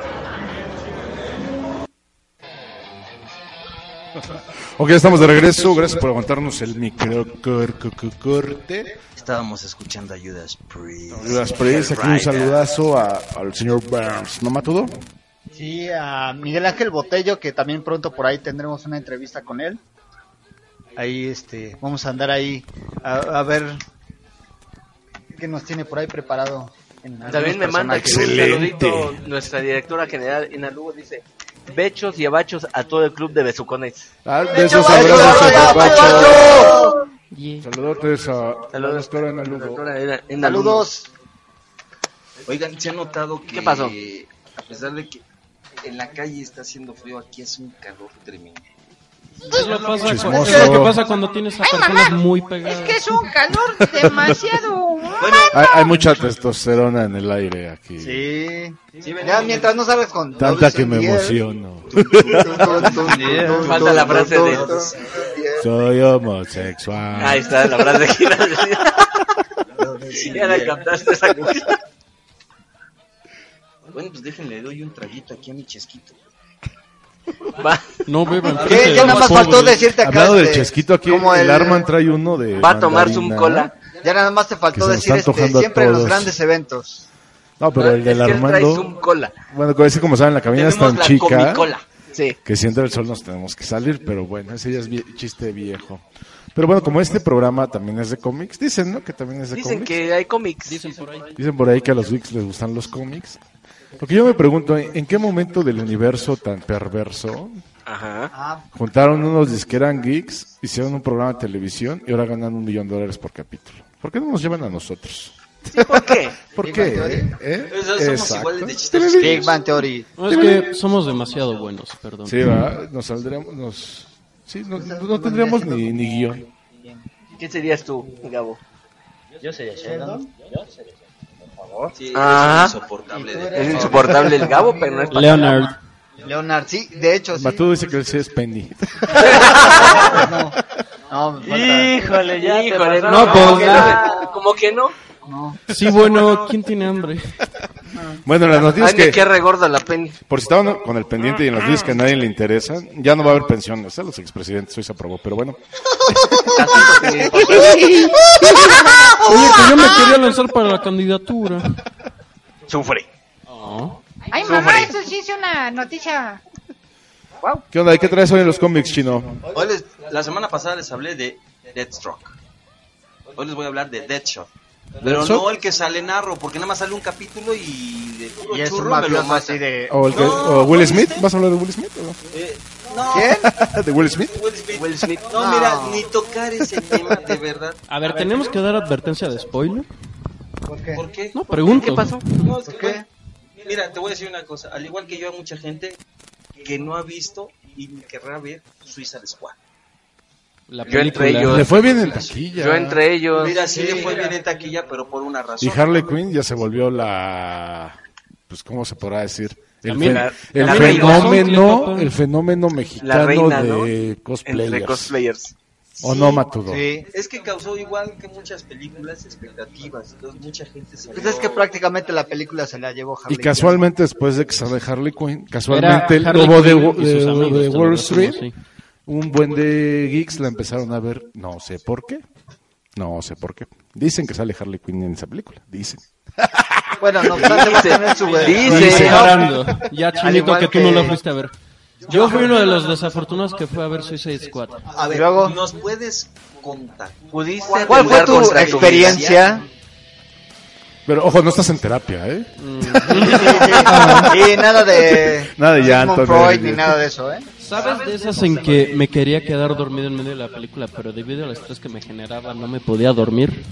Ok, estamos de regreso. Gracias por aguantarnos el micro cor- cor- cor- corte. Estábamos escuchando ayudas, please. Las Press, aquí un saludazo a- al señor Burns. ¿Mamá todo? Sí, a Miguel Ángel Botello, que también pronto por ahí tendremos una entrevista con él. Ahí, este, vamos a andar ahí a, a ver qué nos tiene por ahí preparado. en algunos También me manda aquí un Excelente. saludito nuestra directora general Ina Lugo dice Bechos y abachos a todo el club de besucones. Ah, besos, personajes. abrazos, papachos. Yeah. Saludotes a a la Saludos. doctora Ana Lugo. Doctora Ina- Ina Lugo. Saludos. Oigan, ¿se ha notado que... ¿Qué pasó? A pesar de que en la calle está haciendo frío, aquí hace un calor tremendo. Es lo, pasa- Chismoso. es lo que pasa cuando tienes a personas muy pegadas. Es que es un calor demasiado Bueno, Hay, hay mucha testosterona en el aire aquí. Sí. ya mientras no salgas con. Tanta que me emociono. Falta la frase de. Soy homosexual. Ahí está la frase que iba a decir. <laughs> Ya la cantaste esa cosa. Bueno, pues déjenle, doy un traguito aquí a mi chesquito. Va. No beban. ¿Qué? gente, Ya nada no más puedo. faltó decirte acá, Hablando del este, chesquito aquí, como el, el- Arman trae uno de. Va a tomarse un mandarina. cola. Ya nada más te Que faltó se nos decir está este, antojando a siempre en los todos. grandes eventos. No, pero Es el del que él trae Armando. Zoom cola. Bueno, como, como saben, la cabina es Tenemos tan la chica comicola. Sí. que siendo el sol nos tenemos que salir, pero bueno, ese ya es vie- chiste viejo. Pero bueno, como este programa también es de cómics, dicen, ¿no? Que también es de Dicen cómics. que hay cómics. Dicen por ahí. Dicen por ahí que a los geeks les gustan los cómics. Lo que yo me pregunto, ¿en en qué momento del universo tan perverso Ajá. juntaron unos que eran geeks, hicieron un programa de televisión y ahora ganan un millón de dólares por capítulo? ¿Por qué no nos llevan a nosotros? ¿Por qué? ¿Por qué? ¿Eh? Exacto. Big Bang Theory. No, es que somos demasiado buenos, perdón. Sí, ¿verdad? Nos saldremos, nos... Sí, no, no tendríamos ni, ni guión. ¿Quién serías tú, Gabo? Yo sería Sheldon. Yo sería Sheldon, por favor. Sí, Ah. es insoportable. Es insoportable el Gabo, pero no es para <laughs> Leonard. Leonard, sí, de hecho, sí. Matú dice que él Pues sí es Penny. No, no, me falta. Híjole, ya te Híjole, pasaron. no, No, como, pues, que ya. no, como que no. Sí, bueno, ¿quién tiene hambre? Bueno, las noticias Ay, que... que... qué regorda la pena. Por si estaban con el pendiente y en las noticias que a nadie le interesan, ya no va a haber pensiones. A los expresidentes hoy se aprobó, pero bueno. Oye, que yo me quería lanzar para la candidatura. Sufre. Oh. Ay, mamá, eso sí es una noticia. ¿Qué onda? ¿Y ¿Qué traes hoy en los cómics, chino? Hoy les- la semana pasada les hablé de Deathstroke. Hoy les voy a hablar de Deathshot. Pero ¿Deathshot? no el que sale en Arrow, porque nada más sale un capítulo y de puro Y es un churro me lo mafioso mata. así de. ¿O, el que- No, o Will ¿no Smith? viste? ¿Vas a hablar de Will Smith o no? Eh, no, ¿De Will Smith? Will Smith. Will Smith. No, No. mira, ni tocar ese tema, de verdad. A ver, ¿tenemos que dar advertencia de spoiler? ¿Por qué? ¿Por qué? No, pregunto. ¿Qué pasó? No, es pues, que, ¿Por qué? bueno, Mira, te voy a decir una cosa. Al igual que yo, hay mucha gente que no ha visto y ni querrá ver Suiza de Squad. La Yo entre película. ellos. Le fue bien en taquilla. Yo eh, entre ellos. Mira, sí le fue bien en taquilla, pero por una razón. Y Harley Quinn ya se volvió la... Pues, ¿cómo se podrá decir? El, También fe- la- el la reina. fenómeno, Papá. el fenómeno mexicano reina, ¿no? de cosplayers. Entre cosplayers. ¿O no, Matudo? Sí. Es que causó igual que muchas películas expectativas. Entonces mucha gente se. Pues es que prácticamente la película se la llevó Harley Y casualmente, después de que sale Harley Quinn, Era casualmente el Harley lobo de, Quinn y de- sus amigos, de te lo Wall juro, Street, sí. un buen de geeks la empezaron a ver, no sé por qué. No sé por qué. Dicen que sale Harley Quinn en esa película, dicen. Quinn. Bueno, no obstante, va a tener su. Dice. Dice, ¿no? Arando, ya Al chinito igual que tú no que- la fuiste a ver. Yo fui uno de los desafortunados que fue a ver Suicide Squad. A ver, Luego- ¿nos puedes contar? ¿Pudiste ¿Cuál fue jugar tu contra experiencia? <laughs> Pero ojo, no estás en terapia, ¿eh? <laughs> Y nada de. Nada de Sigmund llanto, Freud ni- ni nada de eso, ¿eh? ¿Sabes de esas en que me quería quedar dormido en medio de la película, pero debido al estrés que me generaba no me podía dormir?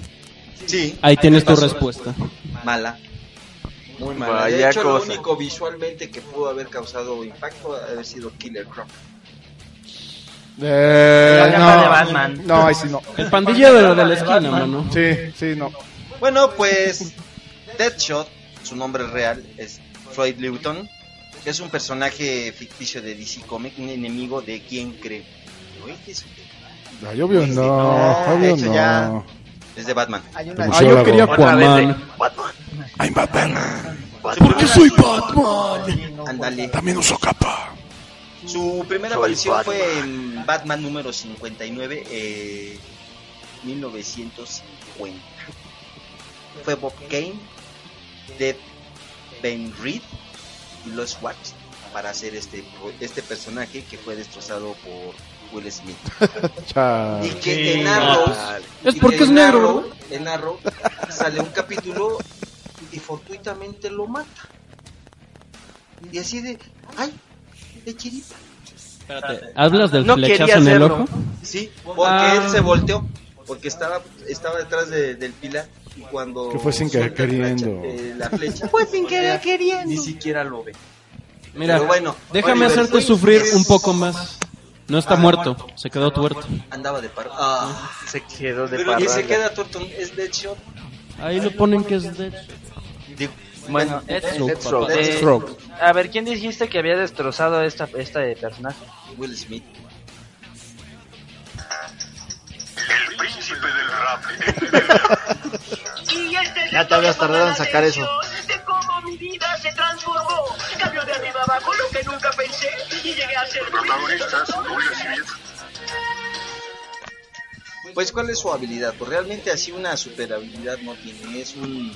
Sí. Ahí tienes tu pasó. respuesta. Mala. Muy mala. de Vaya hecho, cosa. lo único visualmente que pudo haber causado impacto ha de haber sido Killer Croc. Eh, La capa de Batman. No, ahí sí no. El pandilla de la de la esquina, mano. Sí, sí, no. Bueno, pues Deadshot, su nombre real es Floyd Lewton, que es un personaje ficticio de DC Comics, un enemigo de quien cree. Este es- No, yo veo no, Ah, No, yo de vio hecho ya- no. Es de Batman. Hay una. Ah, yo quería Otra vez de- Aquaman. I'm Batman. ¿Por qué soy Batman? Ándale. También uso capa. Su primera Soy aparición Batman. fue en Batman número 59, eh, 1950. Fue Bob Kane, Deb Ben Reed y Los Watts para hacer este, este personaje que fue destrozado por Will Smith. Cha- Ah, Y que en Arrow. Ah, pues, Es y porque que es en negro, Arrow- En Arrow sale un capítulo y fortuitamente lo mata. Y así de. ¡Ay! De chiripa. Espérate, ¿Hablas del No flechazo quería en el hacerlo. ojo? Sí, porque Ah. él se volteó. Porque estaba, estaba detrás de- del pilar. Y cuando. Que fue sin querer suelta la flecha- queriendo. eh, la flecha. Fue sin o querer sea, queriendo. Ni siquiera lo ve. Mira, Pero bueno, pues, Ah, déjame Oliver hacerte Queen sufrir es- un poco más. No está muerto, se quedó tuerto. Andaba de paro. Ah. Se quedó de Pero y parranda. se queda tuerto. Es de hecho. Ahí lo ponen que es Death. Bueno, Deathstroke, Deathstroke. papá. Eh, Deathstroke. a ver, ¿quién dijiste que había destrozado esta, esta eh, personaje? Will Smith. El príncipe del rap. Ya te habías tardado en sacar eso. De cómo mi vida se transformó. Cambió de arriba abajo lo que nunca pensé. Y llegué a ser. Protagonistas, Will Smith. Pues, ¿cuál es su habilidad? Pues realmente así una super habilidad no tiene. Es un.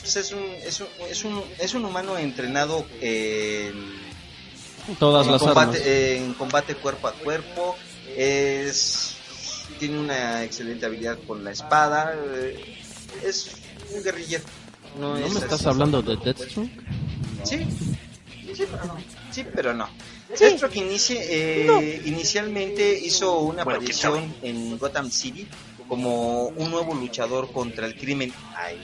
pues, es un, es un, es un, es un humano entrenado en. Todas en las combate, armas. eh, en combate cuerpo a cuerpo. Es. Tiene una excelente habilidad con la espada. eh, es un guerrillero. No, ¿No es me estás así. hablando de Deathstroke? Sí. Sí, pero no. Sí, pero no. Deathstroke inicia- eh, inicialmente hizo una Bueno, ¿quién aparición en Gotham City como un nuevo luchador contra el crimen. Ay,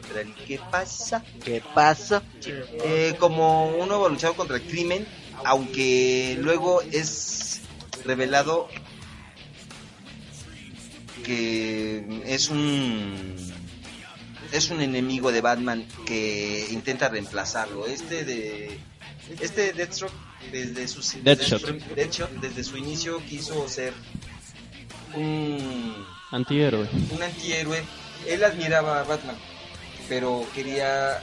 contra el- ¿qué pasa? ¿Qué pasa? Eh, como un nuevo luchador contra el crimen, aunque luego es revelado que es un es un enemigo de Batman que intenta reemplazarlo. Este de este Deathstroke desde su desde su- Deadshot. Deadshot, desde su inicio quiso ser un Antihéroe. un antihéroe. Él admiraba a Batman, pero quería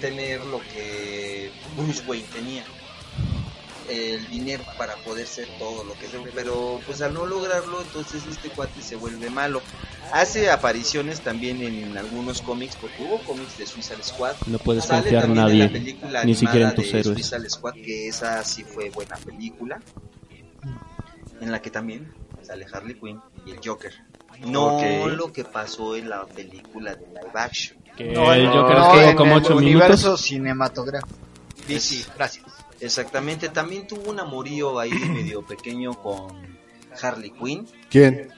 tener lo que Bruce Wayne tenía. El dinero para poder ser todo lo que es. Pero pues al no lograrlo, entonces este cuate se vuelve malo. Hace apariciones también en algunos cómics, porque hubo cómics de Suicide Squad. No puedes Sale confiar en también nadie, la película ni siquiera en animada tus de héroes. Suicide Squad, que esa sí fue buena película. En la que también sale Harley Quinn y el Joker. No Ok. lo que pasó en la película de live action. No, en- no, en el universo cinematográfico. Sí, sí, gracias. Exactamente, también tuvo un amorío <clears throat> ahí medio pequeño con Harley Quinn. ¿Quién?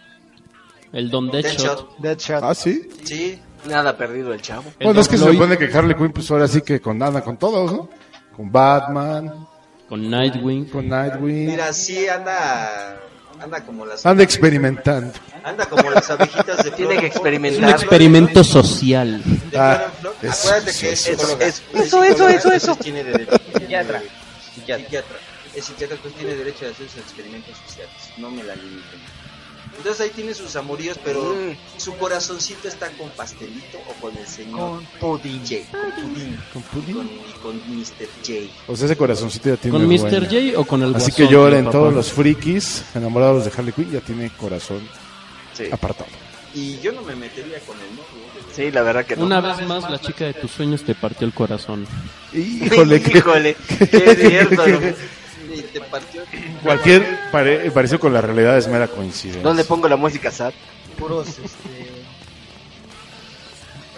El Don Deadshot. Deadshot. ¿Ah, sí? Sí, nada perdido el chavo. Bueno, es que se supone que Harley Quinn, pues ahora sí que con nada, con todos, ¿no? Con Batman. Con Nightwing. Con Nightwing. Mira, sí anda anda como las Anda experimentando. anda como las abejitas de Tiene que Es experimentar. un experimento social. Ah, Acuérdate que es eso, psicóloga. eso, Es eso, eso, psicóloga, eso, entonces eso. Tiene derecho. Psiquiatra. Psiquiatra. Es psiquiatra, entonces tiene derecho a hacer sus experimentos sociales. No me la limiten. Entonces ahí tiene sus amoríos, pero Mm. su corazoncito está con pastelito o con el señor. Con Pudín. Con Pudín. Con Y con Mr. J. O sea, ese corazoncito ya tiene. ¿Con Mr. bueno. J o con el Así Guasón, que lloren papá? todos los frikis enamorados de Harley Quinn, ya tiene corazón apartado. Y yo no me metería con el novio. Sí, la verdad que no. Una vez más, la chica de tus sueños te partió el corazón. <laughs> Híjole, qué- Híjole, qué cierto, ¿no? Y te partió. Cualquier pare- parecido con la realidad es mera coincidencia. ¿Dónde pongo la música, Sad? Puros, este...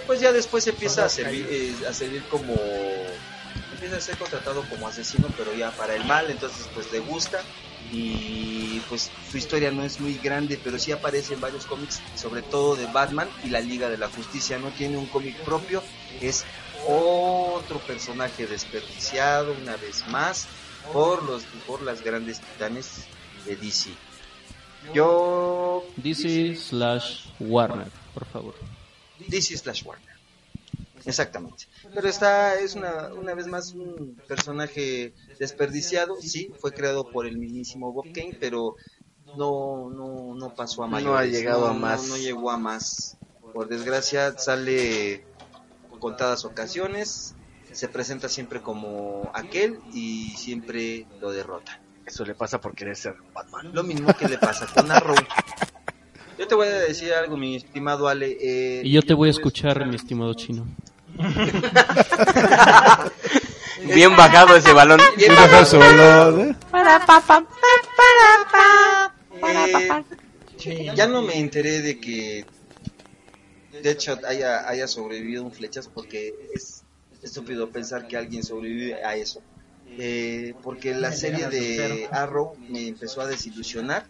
Pues ya después empieza a servir, eh, a servir como. Empieza a ser contratado como asesino, pero ya para el mal, entonces pues le gusta. Y pues su historia no es muy grande, pero sí aparece en varios cómics, sobre todo de Batman y la Liga de la Justicia. No tiene un cómic propio, es otro personaje desperdiciado una vez más por los por las grandes titanes de DC. Yo. DC slash Warner, por favor. DC slash Warner. Exactamente. Pero esta es una, una vez más un personaje desperdiciado. Sí, fue creado por el mismísimo Bob Kane, pero no, no, no pasó a No mayores. ha llegado a no- más. No, llegó a más. Por desgracia, sale contadas ocasiones. Se presenta siempre como aquel y siempre lo derrota. Eso le pasa por querer ser Batman. Lo mismo que le pasa con Arrow. Yo te voy a decir algo, mi estimado Ale. eh, Y yo te voy a escuchar, mi estimado chino. Bien bajado ese balón. Bien bajado ese balón. Para papá. Eh, ya no me enteré de que Deadshot haya, haya sobrevivido un flechas porque es estúpido pensar que alguien sobrevive a eso. Eh, porque la serie de Arrow me empezó a desilusionar.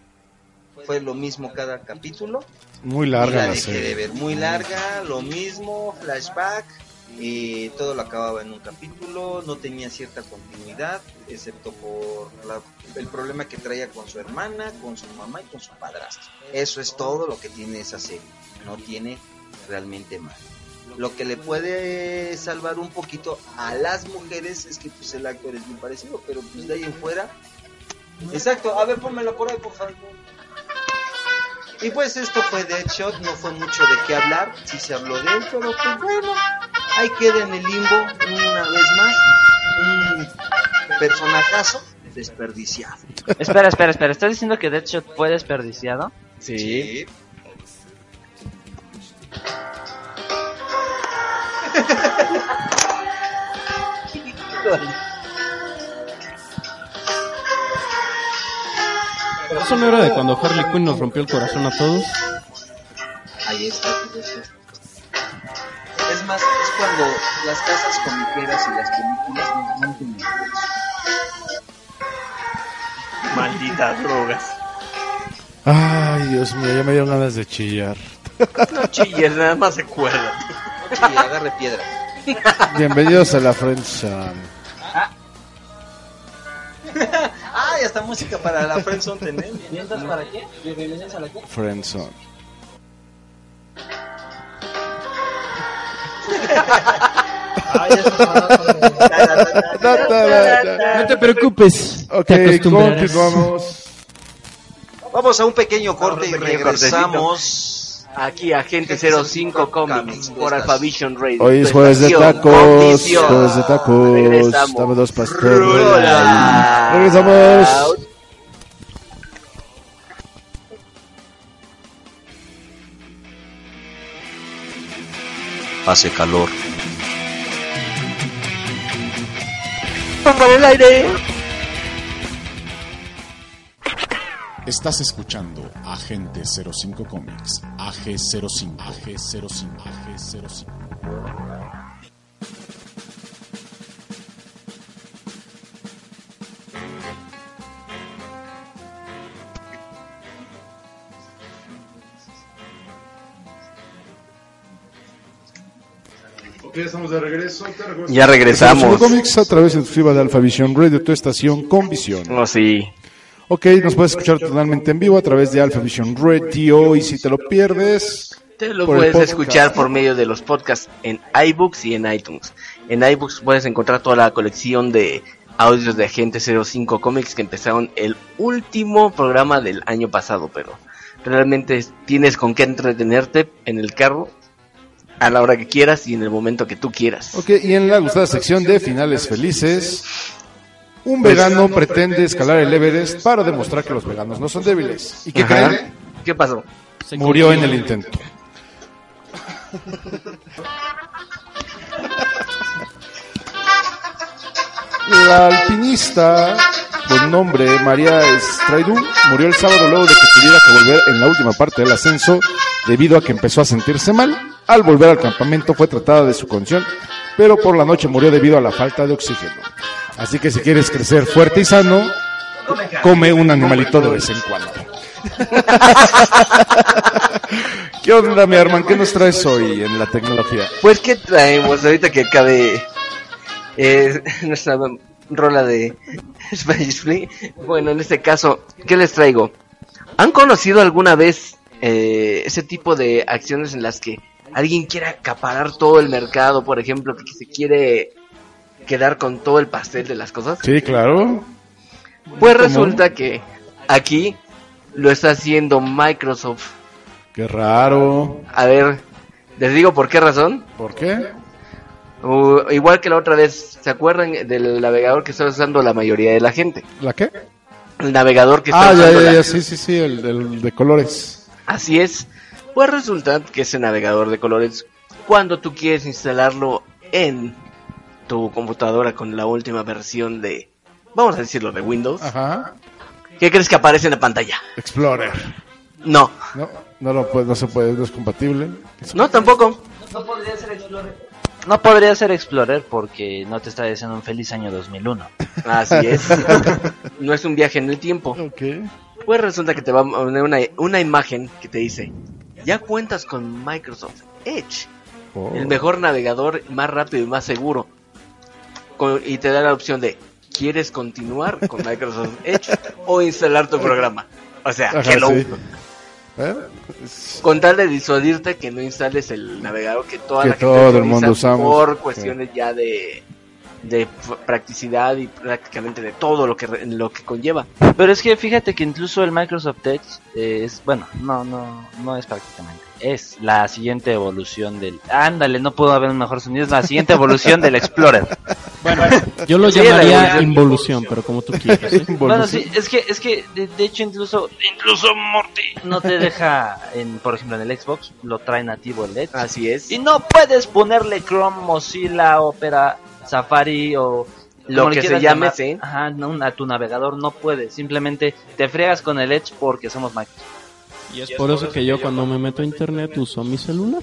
Fue lo mismo cada capítulo. Muy larga Y la la dejé serie. de ver. Muy larga, lo mismo, flashback. Y todo lo acababa en un capítulo, no tenía cierta continuidad, excepto por la- el problema que traía con su hermana, con su mamá y con su padrastro. Eso es todo lo que tiene esa serie. No tiene realmente mal. Lo que le puede salvar un poquito a las mujeres es que pues el actor es muy parecido, pero pues de ahí en fuera. Exacto, a ver, pónmelo por ahí, por favor. Y pues esto fue Deadshot, no fue mucho de qué hablar, sí se habló de él, pero pues bueno, ahí queda en el limbo una vez más un personajazo desperdiciado. espera, espera, espera. ¿Estás diciendo que Deadshot fue desperdiciado? Sí. ¿Eso no era de cuando Harley Quinn nos rompió el corazón a todos? Ahí está, Es más, es cuando las casas comiqueras y las películas nos dan como Malditas drogas. Ay, Dios mío, ya me dieron ganas de chillar. No chilles, nada más se cuerda. Y agarre piedra. Bienvenidos a la Friendzone. ah, y hasta música para la Friendzone ¿eh? tenemos. ¿Bienvenidas para qué? ¿Bienvenidas a la qué? Friendzone. <laughs> No te preocupes. Ok, te acostumbrarás. continuamos. Vamos a un pequeño corte y regresamos. Aquí a Gente 05 Comics por Alphavision Radio. Hoy es jueves de Estación tacos. Condición. Jueves de tacos. Regresamos. Dame dos pasteles. Rola. Regresamos. Hace calor. el aire! Estás escuchando Agente 05 Comics, AG05, AG05, AG05. Ok, estamos de regreso. Ya regresamos. Estamos en Comics a través de tu fibra de Alphavision Radio, tu estación con visión. No, sí. Ok, nos puedes escuchar totalmente en vivo a través de Alphavision Radio y si te lo pierdes... Te lo por el puedes podcast. escuchar por medio de los podcasts en iBooks y en iTunes. En iBooks puedes encontrar toda la colección de audios de Agente 05 Comics que empezaron el último programa del año pasado, pero realmente es- tienes con qué entretenerte en el carro a la hora que quieras y en el momento que tú quieras. Ok, y en la gustada sección de finales felices, un vegano pretende escalar el Everest para demostrar que los veganos no son débiles. ¿Y qué Ajá. creen? ¿Qué pasó? Murió en el intento. La alpinista con nombre María Straidú murió el sábado luego de que tuviera que volver en la última parte del ascenso debido a que empezó a sentirse mal. Al volver al campamento fue tratada de su condición, pero por la noche murió debido a la falta de oxígeno. Así que si quieres crecer fuerte y sano, come un animalito de vez en cuando. <laughs> ¿Qué onda, mi Arman? ¿Qué nos traes hoy en la tecnología? Pues, ¿qué traemos ahorita que acabe eh, <laughs> nuestra rola de <laughs> Spanish Flea? Bueno, en este caso, ¿qué les traigo? ¿Han conocido alguna vez eh, ese tipo de acciones en las que alguien quiere acaparar todo el mercado, por ejemplo, que se quiere quedar con todo el pastel de las cosas? Sí, claro. Pues resulta que aquí lo está haciendo Microsoft. Qué raro. A ver, les digo por qué razón. ¿Por qué? Uh, igual que la otra vez, ¿se acuerdan del navegador que está usando la mayoría de la gente? ¿La qué? El navegador que está Ah, ya, usando ya, la- ya, sí, sí, sí, el, el de colores. Así es. Pues resulta que ese navegador de colores, cuando tú quieres instalarlo en tu computadora con la última versión de, vamos a decirlo, de Windows, Ajá. ¿qué crees que aparece en la pantalla? Explorer. No, No, no, lo puede, no se puede, no es compatible. no tampoco. No podría ser Explorer. No podría ser Explorer porque no te está diciendo un feliz año 2001. Así <laughs> es. no es un viaje en el tiempo. Pues resulta que te va a poner una, una imagen que te dice, ya cuentas con Microsoft Edge, Oh. el mejor navegador, más rápido y más seguro. Co- y te da la opción de, ¿quieres continuar con Microsoft Edge o instalar tu programa? O sea, Ajá, hello. sí. ¿Eh? Con tal de disuadirte que no instales el navegador que toda Que la gente todo el utiliza mundo usamos. por cuestiones ya de, de f- practicidad y prácticamente de todo lo que re- lo que conlleva. Pero es que fíjate que incluso el Microsoft Edge eh, es, bueno, no, no, no es prácticamente. Es la siguiente evolución del... Ándale, no pudo haber un mejor sonido. Es la siguiente evolución del Explorer. Bueno, yo lo Sí, la llamaría evolución. involución, pero como tú <laughs> quieras. ¿eh? <laughs> Bueno, sí, es que, es que de, de hecho incluso... Incluso Morty. No te deja, en, por ejemplo, en el Xbox, lo trae nativo el Edge. Así es. Y no puedes ponerle Chrome, Mozilla, Opera, Safari o... Lo como le que se quieras llame, llamar. sí. Ajá, no, a tu navegador no puedes. Simplemente te friegas con el Edge porque somos Microsoft. Y es Por eso que yo cuando me meto a internet uso mi celular.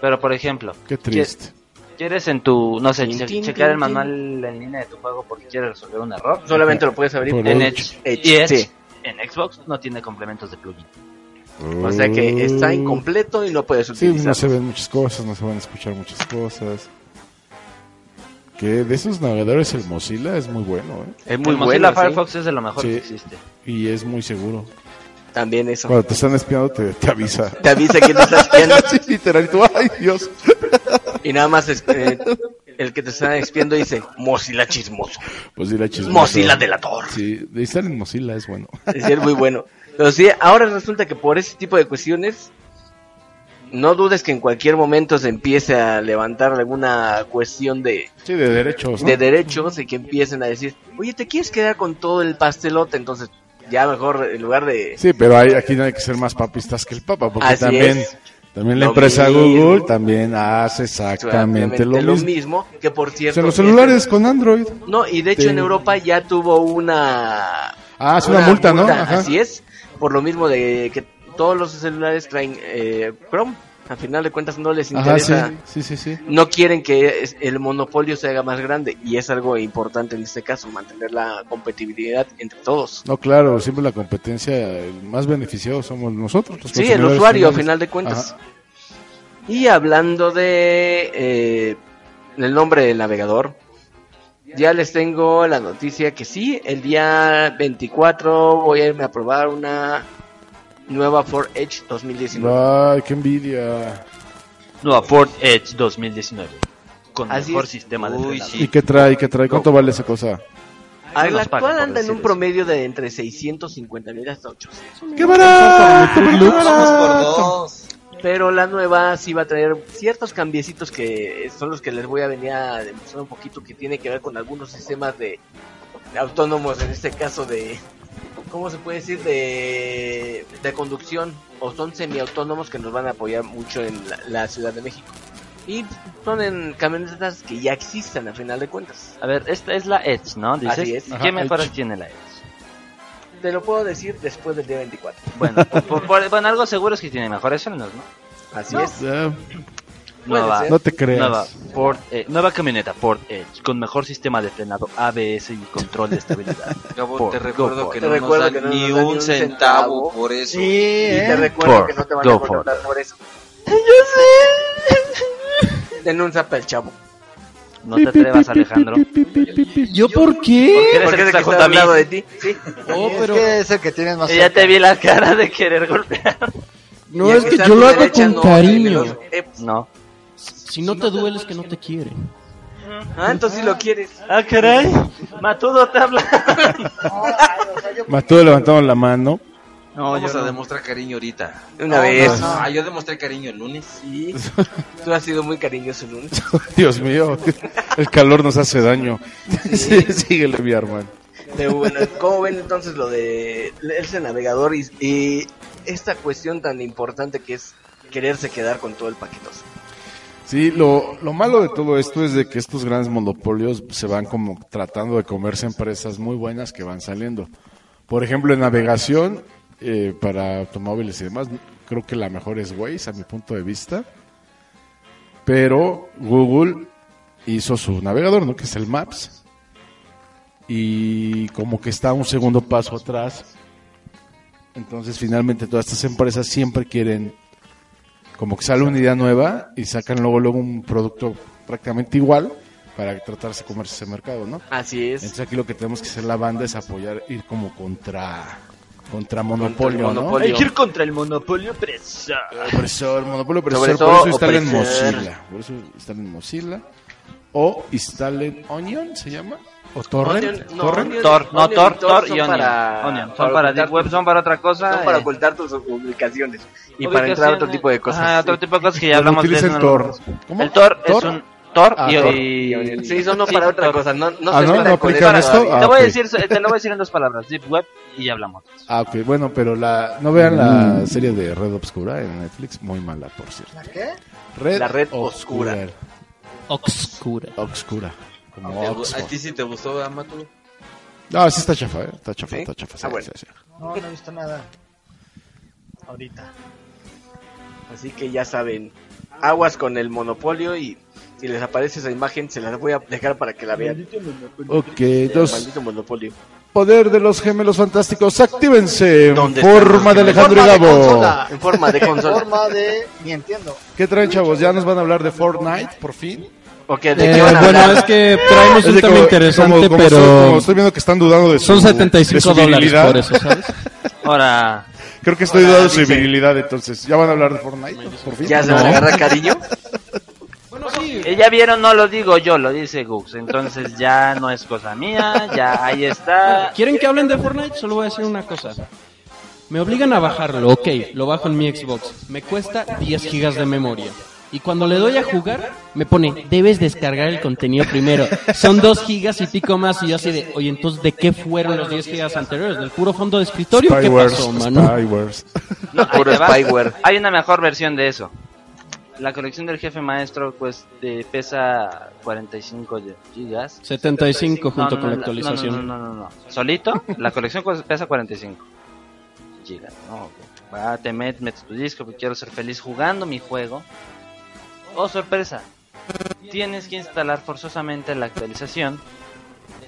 Pero por ejemplo, Qué triste. quie- ¿Quieres en tu, no sé, che- tin, checar el tin, manual en línea de tu juego porque quieres resolver un error? Solamente lo puedes abrir Por en Edge. Edge. Edge, Y Edge, sí. en Xbox no tiene complementos de plugin. O sea que está incompleto y no puedes Mm. Oh. Sí, no utilizarlo. se ven muchas cosas, no se van a escuchar muchas cosas. Que de esos navegadores el Mozilla es muy bueno, ¿eh? Es muy El bueno. Mozilla sí. Firefox es de lo mejor Sí. que existe. Y es muy seguro. También eso. Cuando te están espiando te, te avisa. Te avisa que te estás espiando. <laughs> Sí, literal, y tú, ay Dios. Y nada más es- eh, el que te está espiando dice Mozilla chismoso. Mozilla chismoso. Mozilla delator. Sí, de estar en Mozilla es bueno. Es decir, muy bueno. Pero sí, ahora resulta que por ese tipo de cuestiones, no dudes que en cualquier momento se empiece a levantar alguna cuestión de, Sí, de derechos, Pues ¿no? de derechos y que empiecen a decir, oye, ¿te quieres quedar con todo el pastelote? Entonces, ya mejor en lugar de... Sí, pero hay, aquí no hay que ser más papistas que el Papa, porque Así también, es. también la Lo empresa mismo. Google también hace exactamente lo mismo. que por O cierto... sea, los celulares con Android. No, y de hecho Te- en Europa ya tuvo una... Ah, es una multa, ¿no? Ajá. Así es, por lo mismo de que todos los celulares traen eh, Chrome. Al final de cuentas no les Ajá, sí, interesa. sí, sí, sí. No quieren que es- el monopolio se haga más grande y es algo importante en este caso, mantener la competitividad entre todos. No, claro, siempre la competencia, el más beneficiado somos nosotros. los Sí, el consumidores usuario a finales. final de cuentas. Ajá. Y hablando de eh, el nombre del navegador, ya les tengo la noticia que sí, el día 24 voy a irme a probar una nueva Ford Edge 2019. Ay, qué envidia. Nueva Ford Edge 2019. Con Así mejor es. sistema de frenado. ¿Y qué trae? ¿Qué trae? ¿Cuánto vale esa cosa? A la No nos pagan actual por anda en decir un eso. promedio de entre 650 mil hasta 800. ¡Qué barato! pero ¡Qué barato! Pero la nueva sí va a traer ciertos cambiecitos que son los que les voy a venir a demostrar un poquito que tiene que ver con algunos sistemas de autónomos, en este caso de, ¿cómo se puede decir? De, de conducción o son semiautónomos que nos van a apoyar mucho en la, la Ciudad de México. Y son en camionetas que ya existen a final de cuentas. A ver, esta es la Edge, ¿no? Dices, Así es. ¿Qué Ajá, mejoras Edge. tiene la Edge? Te lo puedo decir después del día 24. Bueno, <laughs> por- por- bueno, algo seguro es que tiene mejores frenos, ¿no? Así ¿No? es. Puede Nueva, ser. No te creas. Nueva, Ford, eh, nueva camioneta Ford Edge con mejor sistema de frenado ABS y control de estabilidad. Gabo, Ford, te go recuerdo Ford. que no nos dan ni un centavo por eso. Sí, y te ¿eh? recuerdo Ford, que no te van go a contratar Ford. por eso. <laughs> Yo sé. Denuncia para el chavo. No te atrevas, <laughs> Alejandro. ¿Yo por Porque qué? Porque eres el es que el está que junto está a al mí. lado de ti. Sí. Oh, pero- Es que es el que tienes más Y ya cerca. te vi la cara de querer golpear. No, Y es aquí que está yo tu lo hago derecha, con no, cariño. menos- eh, No. Si no te duele es que no te quiere. ah, entonces si lo quieres. Ah, caray. Matudo te habla. Más todos levantaron la mano. No, Vamos yo a no. demostrar cariño ahorita. Una vez. Ah, yo demostré cariño el lunes. Sí. Tú has sido muy cariñoso el lunes. Dios mío, <laughs> el calor nos hace daño. <laughs> Sí, síguele, mi hermano. Pero bueno, ¿cómo ven entonces lo de leerse navegador y, y esta cuestión tan importante que es quererse quedar con todo el paquetoso? Sí, lo, lo malo de todo esto es de que estos grandes monopolios se van como tratando de comerse empresas muy buenas que van saliendo. Por ejemplo, en navegación eh, para automóviles y demás, creo que la mejor es Waze, a mi punto de vista. Pero Google hizo su navegador, ¿no? Que es el Maps. Y como que está un segundo paso atrás. Entonces, finalmente, todas estas empresas siempre quieren como que sale una idea nueva y sacan luego luego un producto prácticamente igual para tratarse de comerse ese mercado, ¿no? Así es. Entonces aquí lo que tenemos que hacer la banda es apoyar, ir como contra Contra Monopolio, Contra el ¿no? Monopolio. Hay que ir contra el monopolio presa. Opresor, Monopolio opresor, Sobre por todo eso instalen opresor. Mozilla. Por eso instalen Mozilla. O instalen Onion, ¿se llama? ¿O Torrent? Onion, no, Torrent. Onion, Tor, no, Onion Tor, y Tor son y Onion. para- Onion. Son para para, ocultar Deep Web, tus- son para otra cosa. Son para eh, ocultar tus publicaciones. Y para entrar a otro ubicaciones. tipo de cosas. Ajá, Ah, otro tipo de cosas que ya hablamos de utilicen eso, no Tor. hablamos. ¿Cómo? El Tor, ¿Tor? es un Tor Ah, y, Tor. y- Sí, son no para otra cosa, no- no Ah, se ¿no? espera ¿No con aplican eso. esto? Ah, Te voy a ok. decir, te lo voy a decir en dos palabras, Deep Web y ya hablamos. Ah, ok, bueno, pero la, no vean Mm. la serie de Red Obscura en Netflix, muy mala, por cierto. ¿La qué? Red La Red Obscura. Obscura. Obscura. Como Te gu- Oxford. A ti sí te gustó, Amato. No, sí está chafa, ¿eh? Está chafa, ¿Sí? está chafa. Ah, sí, bueno. sí, sí. No, no he visto nada. Ahorita. Así que ya saben, aguas con el monopolio y si les aparece esa imagen se las voy a dejar para que la vean. Ok, Eh, entonces, Maldito monopolio. poder de los gemelos fantásticos, actívense. En ¿Dónde están forma los de gemelos? Alejandro Forma de Gabo. consola. En forma de consola. Forma de. Ni entiendo. ¿Qué traen, chavos? ¿Ya nos van a hablar de Fortnite, por fin? Ok, ¿de Eh, qué van a bueno, hablar? es que traemos Es un de tema como- interesante, como- como pero estoy- como estoy viendo que están dudando de su, son de 75 su dólares virilidad. por eso, ¿sabes? Ahora, Creo que estoy dudando de su virilidad, entonces. ¿Ya van a hablar de Fortnite? Por fin. ¿Ya se van a No. agarrar cariño? eh, ya vieron, no lo digo yo, lo dice Gux. Entonces ya no es cosa mía, ya ahí está. ¿Quieren que hablen de Fortnite? Solo voy a decir una cosa. Me obligan a bajarlo, ok, lo bajo en mi Xbox. Me cuesta 10 gigas de memoria. Y cuando le doy a jugar, me pone, debes descargar el contenido primero. Son 2 gigas y pico más. Y yo así de, oye, entonces, ¿de qué fueron los 10 gigas anteriores? ¿Del puro fondo de escritorio? ¿Qué Spywares, pasó, mano? Spywares. No, ahí Puro te va. spyware. Hay una mejor versión de eso. La colección del jefe maestro pues te pesa 45 de- gigas. 75 No, junto no, con la no, actualización. No, no, no, no, no. Solito, la colección pues, pesa 45 gigas. No, ok. Va, te met- metes tu disco, porque quiero ser feliz jugando mi juego. Oh, sorpresa. Tienes que instalar forzosamente la actualización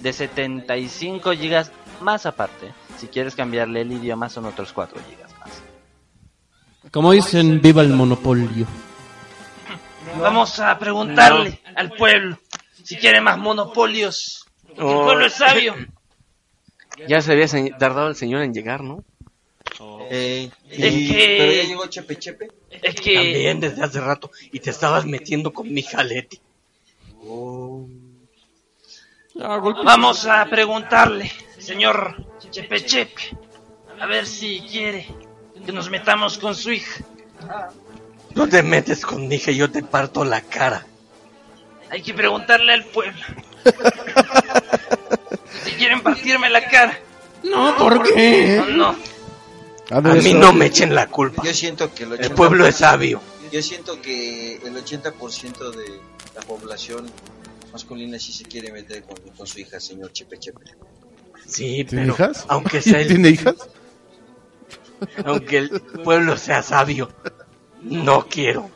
de 75 gigas más aparte, si quieres cambiarle el idioma son otros 4 gigas más. Como dicen, viva el monopolio. Vamos a preguntarle al pueblo si quiere más monopolios. El pueblo es sabio. Ya se había se- tardado el señor en llegar, ¿no? Es Y- que- Pero ya llegó Chepe Chepe. Es que También desde hace rato. Y te estabas metiendo con mi jalete. vamos a preguntarle, señor Chepe Chepe, a ver si quiere que nos metamos con su hija. No te metes con mi hija y yo te parto la cara. Hay que preguntarle al <laughs> pueblo. si quieren partirme la cara. No, ¿por qué? ¿Eh? No, no. Ah, A de mí eso. no me echen la culpa. Yo siento que el, El pueblo es sabio. Yo siento que el 80% de la población masculina sí se quiere meter con, con su hija, señor Chepe Chepe. Sí, ¿Tiene pero hijas? aunque sea el, ¿Tiene hijas? aunque el pueblo sea sabio, no quiero.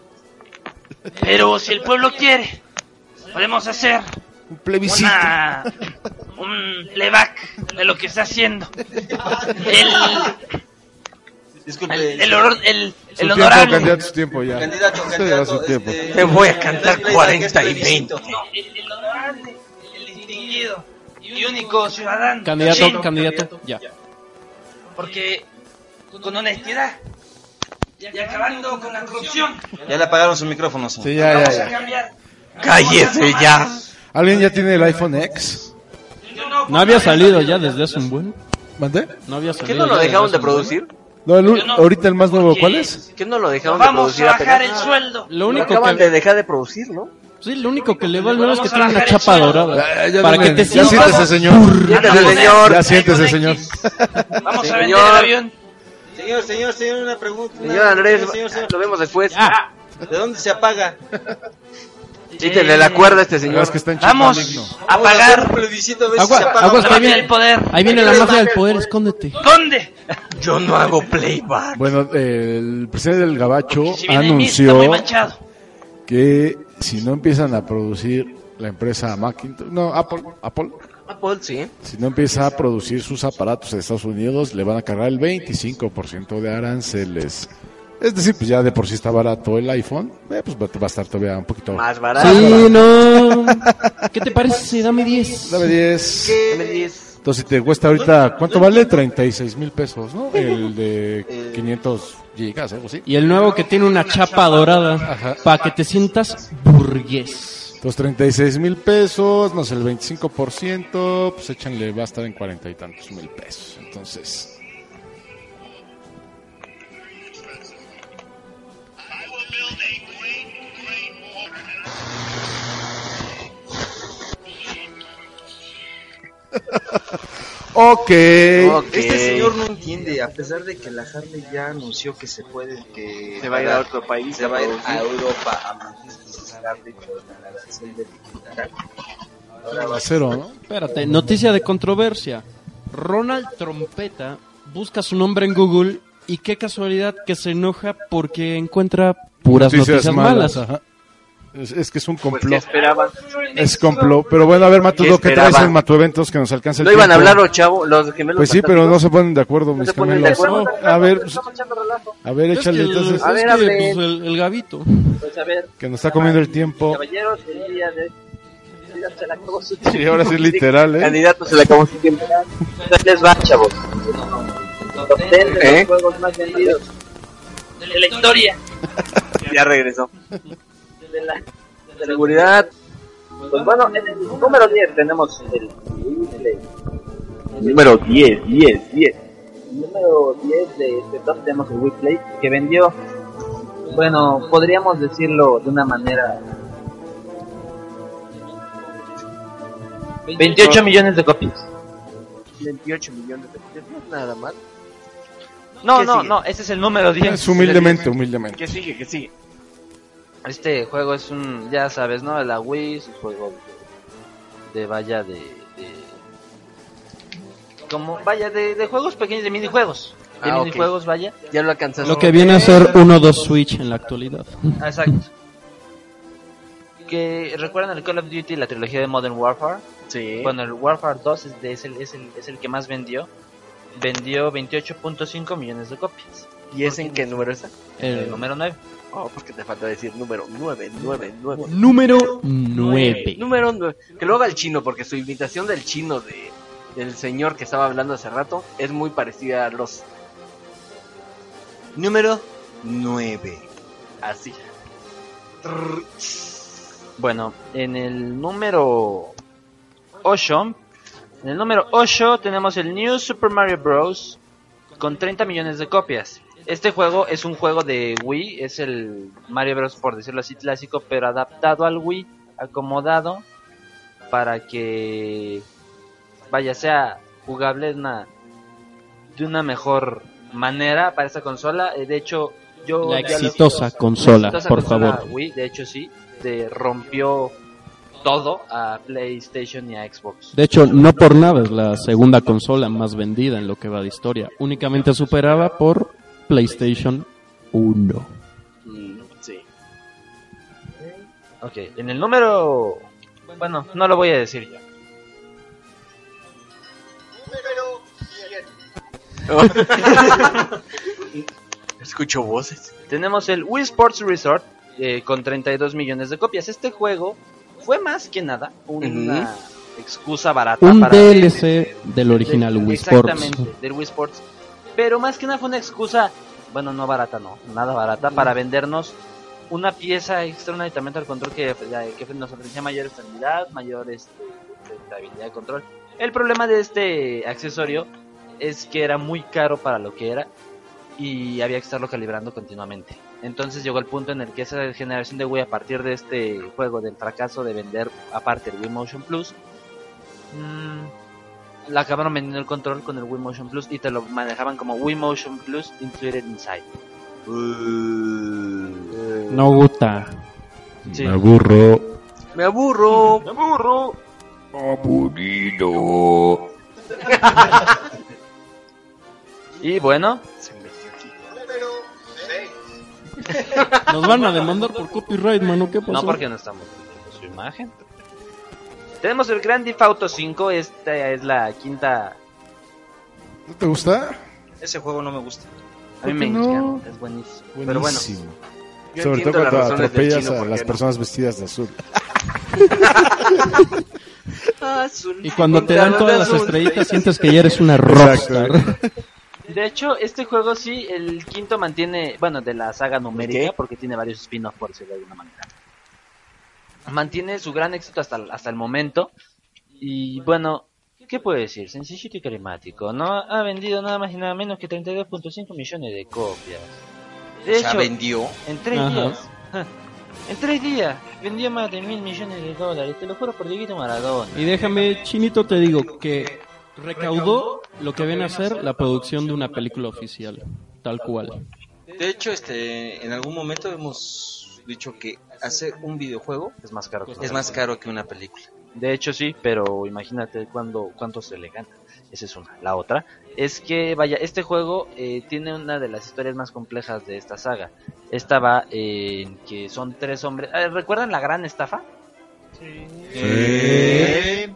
Pero si el pueblo quiere, podemos hacer Un plebiscito. una, un levac de lo que está haciendo. El, Disculpe, el, el, honor- el, Su el tiempo, honorable. candidato, su tiempo ya. candidato, candidato. Su tiempo. este, Te voy a cantar dale play 40 back, y es plebiscito. 20. No, el, el honorable, el distinguido y único ciudadano. Candidato, chino, candidato, ya. Porque con honestidad y acabando con la corrupción, Ya le apagaron su micrófono, señor. Sí, ya, ya, vamos a ya. cambiar. Cállese ya. ¿Alguien ya tiene el iPhone X? Yo no, No había salido ya desde hace un buen. ¿Mande? No había salido. ¿Qué no lo ya desde dejaron hace de un buen. producir? No, el, Yo no, ahorita el más nuevo, porque ¿cuál es? ¿Qué no lo dejaron de Vamos a producir bajar el apenas? sueldo. Lo Lo único acaban que de dejar de producir, ¿no? Sí, lo único que le va al nuevo es que Vamos a tiene una bajar el chapa sueldo. dorada. Ya, ya, para dale. que te Ya sientas. siéntese, señor. Ya, Vamos a señor. vender Ya siéntese, iPhone señor. X. Vamos a vender Señor. el avión. Señor, señor, señor, una pregunta. una- Señor Andrés, señor, señor, lo vemos después. Ya. señor, ¿de dónde se apaga? <laughs> Quítenle la cuerda a este señor. Es que está en Vamos Chapalín, a Vamos hacer un pagar plebiscito a ver si Agua- se apaga. aguas, la o no. ahí mafia viene- del poder. Ahí viene la mafia del poder, escóndete. ¿Dónde? Yo no hago playback. no. Bueno, el presidente del Oh, Gabacho Si viene en mí, está anunció muy manchado. que si no empiezan a producir la empresa Macintosh, no, Apple, Apple, Apple, Ah, pues, sí. si no empieza a producir sus aparatos en Estados Unidos, le van a cargar el 25% de aranceles. Es decir, pues ya de por sí está barato el iPhone, eh, pues va va a estar todavía un poquito Más barato. Sí, no. ¿Qué te parece? Dame 10. Dame 10. Me dices, Entonces, si te cuesta ahorita, ¿cuánto vale? 36 mil pesos, ¿no? El de 500 gigas, algo así. Y el nuevo que tiene una chapa dorada para que te sientas burgués. Los 36 mil pesos, más el 25%, pues échanle, va a estar en cuarenta y tantos mil pesos. Entonces, ok. Este señor no entiende, a pesar de que la Harley ya anunció que se puede, que Se va a ir a otro país, se va a ir a producir. Europa a manifestar Harley por la relación de Quintana. Ahora va a cero, ¿no? Espérate, noticia de controversia. Ronald Trompeta busca su nombre en Google y qué casualidad que se enoja porque encuentra puras noticias, malas. ajá. Es, es que es un complot. esperaban? Es complot. Pero bueno, a ver, Matudo, Pues ¿Qué ¿qué traes esperaban? en Matueventos que nos alcance el ¿No iban a tiempo? hablar los chavos, los gemelos? Pues sí, pero no se ponen de acuerdo, se mis ponen de gemelos. acuerdo. No, a ver, pues, a ver, Es que échale el- entonces. es ver, que, hable. pues, el, el gavito. Pues a ver, Que nos está comiendo el tiempo. caballeros, el día de... Se la acabó su Sí, ahora sí, <laughs> literal, ¿eh? Candidato, se le acabó su tiempo. Ahí les va, chavos. Top 10 de los ¿Eh? juegos más vendidos. De la historia. Ya regresó. De la de seguridad. Pues bueno, en el número 10 tenemos el... Número 10, 10, 10. Número 10 de este top tenemos el Weplay que vendió, bueno, podríamos decirlo de una manera... 28 millones de copias. 28 millones de copias, no es nada mal. No, ¿Qué no, sigue? no, ese es el número 10. Es humildemente, humildemente. ¿Qué sigue? ¿Qué sigue? Este juego es un, ya sabes, ¿no? La Wii, sus juegos de, de vaya de, de- Como, vaya, de, de juegos pequeños, de minijuegos. De Ah, ok. minijuegos, vaya. Ya lo alcanzaste. Lo que viene a ser 1-2 Switch en la actualidad. Ah, Exacto. Que recuerdan el Call of Duty, la trilogía de Modern Warfare. Sí. Pues Bueno, el Warfare 2 es, de- es el, es, el, es el que más vendió. Vendió 28.5 millones de copias. ¿Y es en qué número está? El, El número 9. Oh, porque te falta decir número 9, 9, 9. Número 9. Número 9. Que lo haga el chino, porque su invitación del chino de, del señor que estaba hablando hace rato es muy parecida a los. Número 9. Así. Bueno, en el número 8, en el número 8 tenemos el New Super Mario Bros. con 30 millones de copias. Este juego es un juego de Wii, es el Mario Bros. por decirlo así clásico, pero adaptado al Wii, acomodado para que vaya sea jugable de una, de una mejor manera para esta consola. Eh, De hecho, yo La ya lo- exitosa consola, exitosa por consola favor. Wii, de hecho sí, de- rompió todo a PlayStation y a Xbox. De hecho, no por nada es la segunda consola más vendida en lo que va de historia. Únicamente superada por PlayStation 1. mm, sí. Ok, en el número... Bueno, no lo voy a decir yo. Escucho voces. Tenemos el Wii Sports Resort eh, con 32 millones de copias. Este juego fue más que nada una excusa barata Un Ah, para... DLC del original Wii Sports. Exactamente, del Wii Sports. Pero más que nada fue una excusa, bueno, no barata, no, nada barata, para vendernos una pieza extra, un aditamento al control que, que nos ofrecía mayor estabilidad, mayor este, estabilidad de control. El problema de este accesorio es que era muy caro para lo que era y había que estarlo calibrando continuamente. Entonces llegó el punto en el que esa generación de Wii, a partir de este juego, del fracaso de vender aparte el Wii Motion Plus, mm, la acabaron vendiendo el control con el Wii Motion Plus y te lo manejaban como Wii Motion Plus Included Inside. No gusta. Sí. Me aburro. Me aburro. Me aburro. Aburrido. Y bueno, Nos van a demandar por copyright, mano. ¿Qué pasó? no porque no estamos viendo su imagen. Tenemos el Grand Theft Auto 5, esta es la quinta. ¿No te gusta? Ese juego no me gusta. A mí me encanta, es buenísimo. Pero bueno, Buenísimo. Yo Sobre entiendo todo las cuando razones del atropellas chino, a ¿por qué las no? personas vestidas de azul. Y cuando te dan todas las estrellitas sientes que ya eres una Exacto. rockstar. De hecho, este juego sí, el quinto mantiene, bueno, de la saga numérica, porque tiene varios spin-off, por decirlo de alguna manera. Mantiene su gran éxito hasta, hasta el momento. Y bueno, ¿qué puedo decir? Sencillito y carismático. No ha vendido nada más y nada menos que 32.5 millones de copias. De ¿Ya hecho, vendió? En tres Ajá. días. <laughs> En tres días vendió más de mil millones de dólares. Te lo juro por Dieguito Maradona. Y déjame, Chinito, te digo que recaudó lo que ven a ser la producción de una película oficial, tal cual. De hecho, este, en algún momento hemos dicho que hacer un videojuego es más caro. Es más caro que una película. De hecho sí, pero imagínate cuándo, cuánto se le gana. Esa es una. La otra es que, vaya, este juego eh, tiene una de las historias más complejas de esta saga. Esta va eh, en que son tres hombres... eh, ¿Recuerdan la gran estafa? Eh,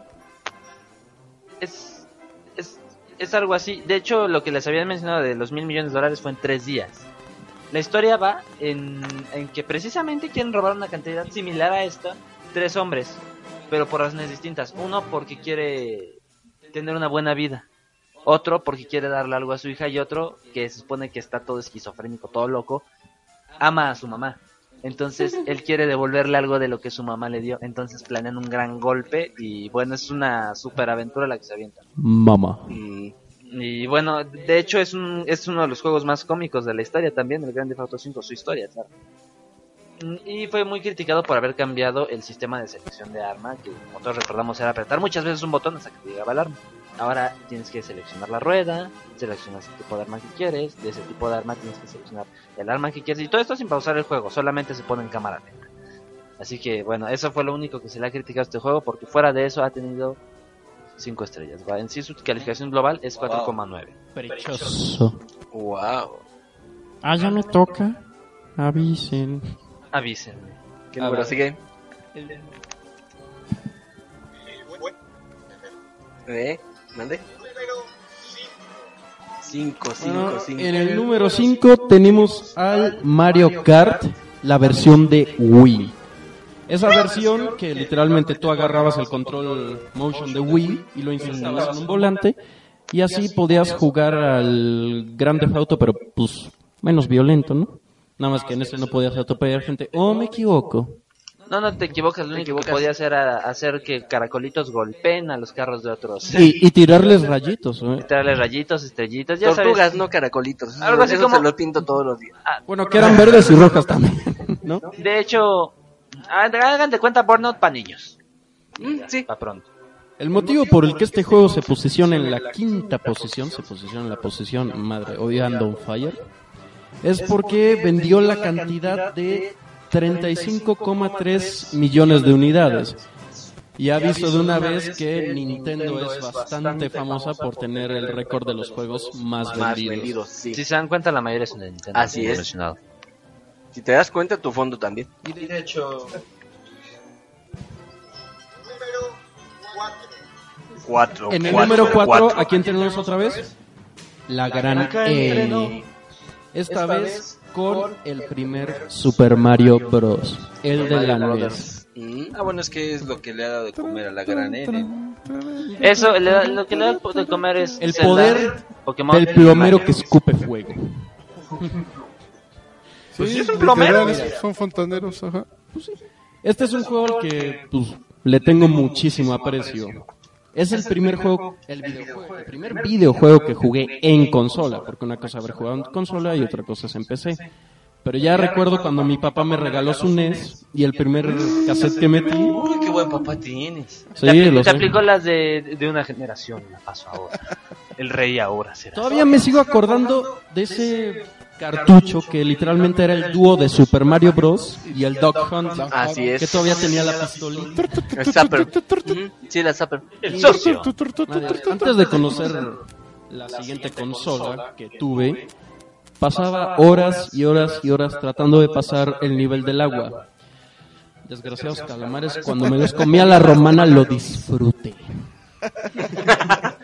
Es, es, es algo así. De hecho, lo que les habían mencionado de los mil millones de dólares fue en tres días. La historia va en, en que precisamente quieren robar una cantidad similar a esta, tres hombres, pero por razones distintas. Uno porque quiere tener una buena vida, otro porque quiere darle algo a su hija y otro que se supone que está todo esquizofrénico, todo loco, ama a su mamá. Entonces él quiere devolverle algo de lo que su mamá le dio. Entonces planean un gran golpe y bueno, es una superaventura la que se avientan. Mamá. Y, y, bueno, de hecho es, un, es uno de los juegos más cómicos de la historia también, el Grand Theft Auto 5, su historia, claro. Mm, Y fue muy criticado por haber cambiado el sistema de selección de arma, que como todos recordamos era apretar muchas veces un botón hasta que te llegaba el arma. Ahora tienes que seleccionar la rueda, seleccionas el tipo de arma que quieres, de ese tipo de arma tienes que seleccionar el arma que quieres, y todo esto sin pausar el juego, solamente se pone en cámara lenta. Así que bueno, eso fue lo único que se le ha criticado a este juego, porque fuera de eso ha tenido 5 estrellas. ¿va? En sí su calificación global es 4,9. Perechoso. Wow. Ah, ya me toca. Avisen. Avísenme. ¿Qué número Ah, sigue? ¿Eh? ¿Mande? Cinco, cinco, Bueno, cinco. Ah, en el número 5 tenemos al Mario Kart, la versión de Wii. Esa versión que literalmente tú agarrabas el control motion de Wii y lo instalabas en un volante y así podías jugar al Grand Theft Auto, pero pues menos violento, ¿no? Nada más que en ese no podías atropellar gente. ¿O me equivoco? No, no te equivocas, lo único que podía hacer era hacer que caracolitos golpeen a los carros de otros. Y, y tirarles rayitos, ¿eh? Tirarle rayitos, estrellitas, ya Tortugas, sabes. no caracolitos. Algo así Eso como- se lo pinto todos los días. Bueno, que eran verdes y rojas también, ¿no? De hecho, hagan de cuenta Burnout para niños. Mm, sí. Para pronto. El motivo por el que este juego se posiciona en la quinta posición, se posiciona en la posición, madre, hoy ando on fire, es porque vendió la cantidad de 35,3 millones de unidades. Y ha visto de una vez que Nintendo es bastante famosa por tener el récord de los juegos más vendidos. Si se dan cuenta, la mayoría es de Nintendo. Así como es. mencionado. Si te das cuenta, tu fondo también. Y de hecho, Cuatro. En el cuatro, número 4, cuatro. ¿a quién tenemos otra vez? La gran E. Esta vez con el primer Super Mario Bros. El de la E NES. ah, bueno, es que es lo que le ha dado de comer a la gran N. Eso, le da- lo que le da de comer es. El Zelda, poder Pokémon, del plomero que escupe fuego. Sí, es un literal, plomero. es- Son fontaneros, ajá. Este es un juego al que pues, le tengo muchísimo aprecio. Es el primer juego, el videojuego, el primer videojuego que jugué en consola, porque una cosa es haber jugado en consola y otra cosa es en PC. Pero ya recuerdo cuando mi papá me regaló su NES y el primer cassette que metí, Uy, qué buen papá tienes. Sí, te, apli- lo te sé. aplicó las de, de una generación, la paso ahora. El rey ahora será. Todavía me sigo acordando de ese cartucho que literalmente era el dúo de Super Mario Bros. y el Dog Hunt, Así es. que todavía tenía la pistolita. El <laughs> zapper. Ujú, Sí, la zapper. El socio. Madre, Antes de conocer la siguiente consola que tuve, pasaba horas y horas y horas tratando de pasar el nivel del agua. Desgraciados calamares, cuando me los comía la romana lo disfruté. <laughs>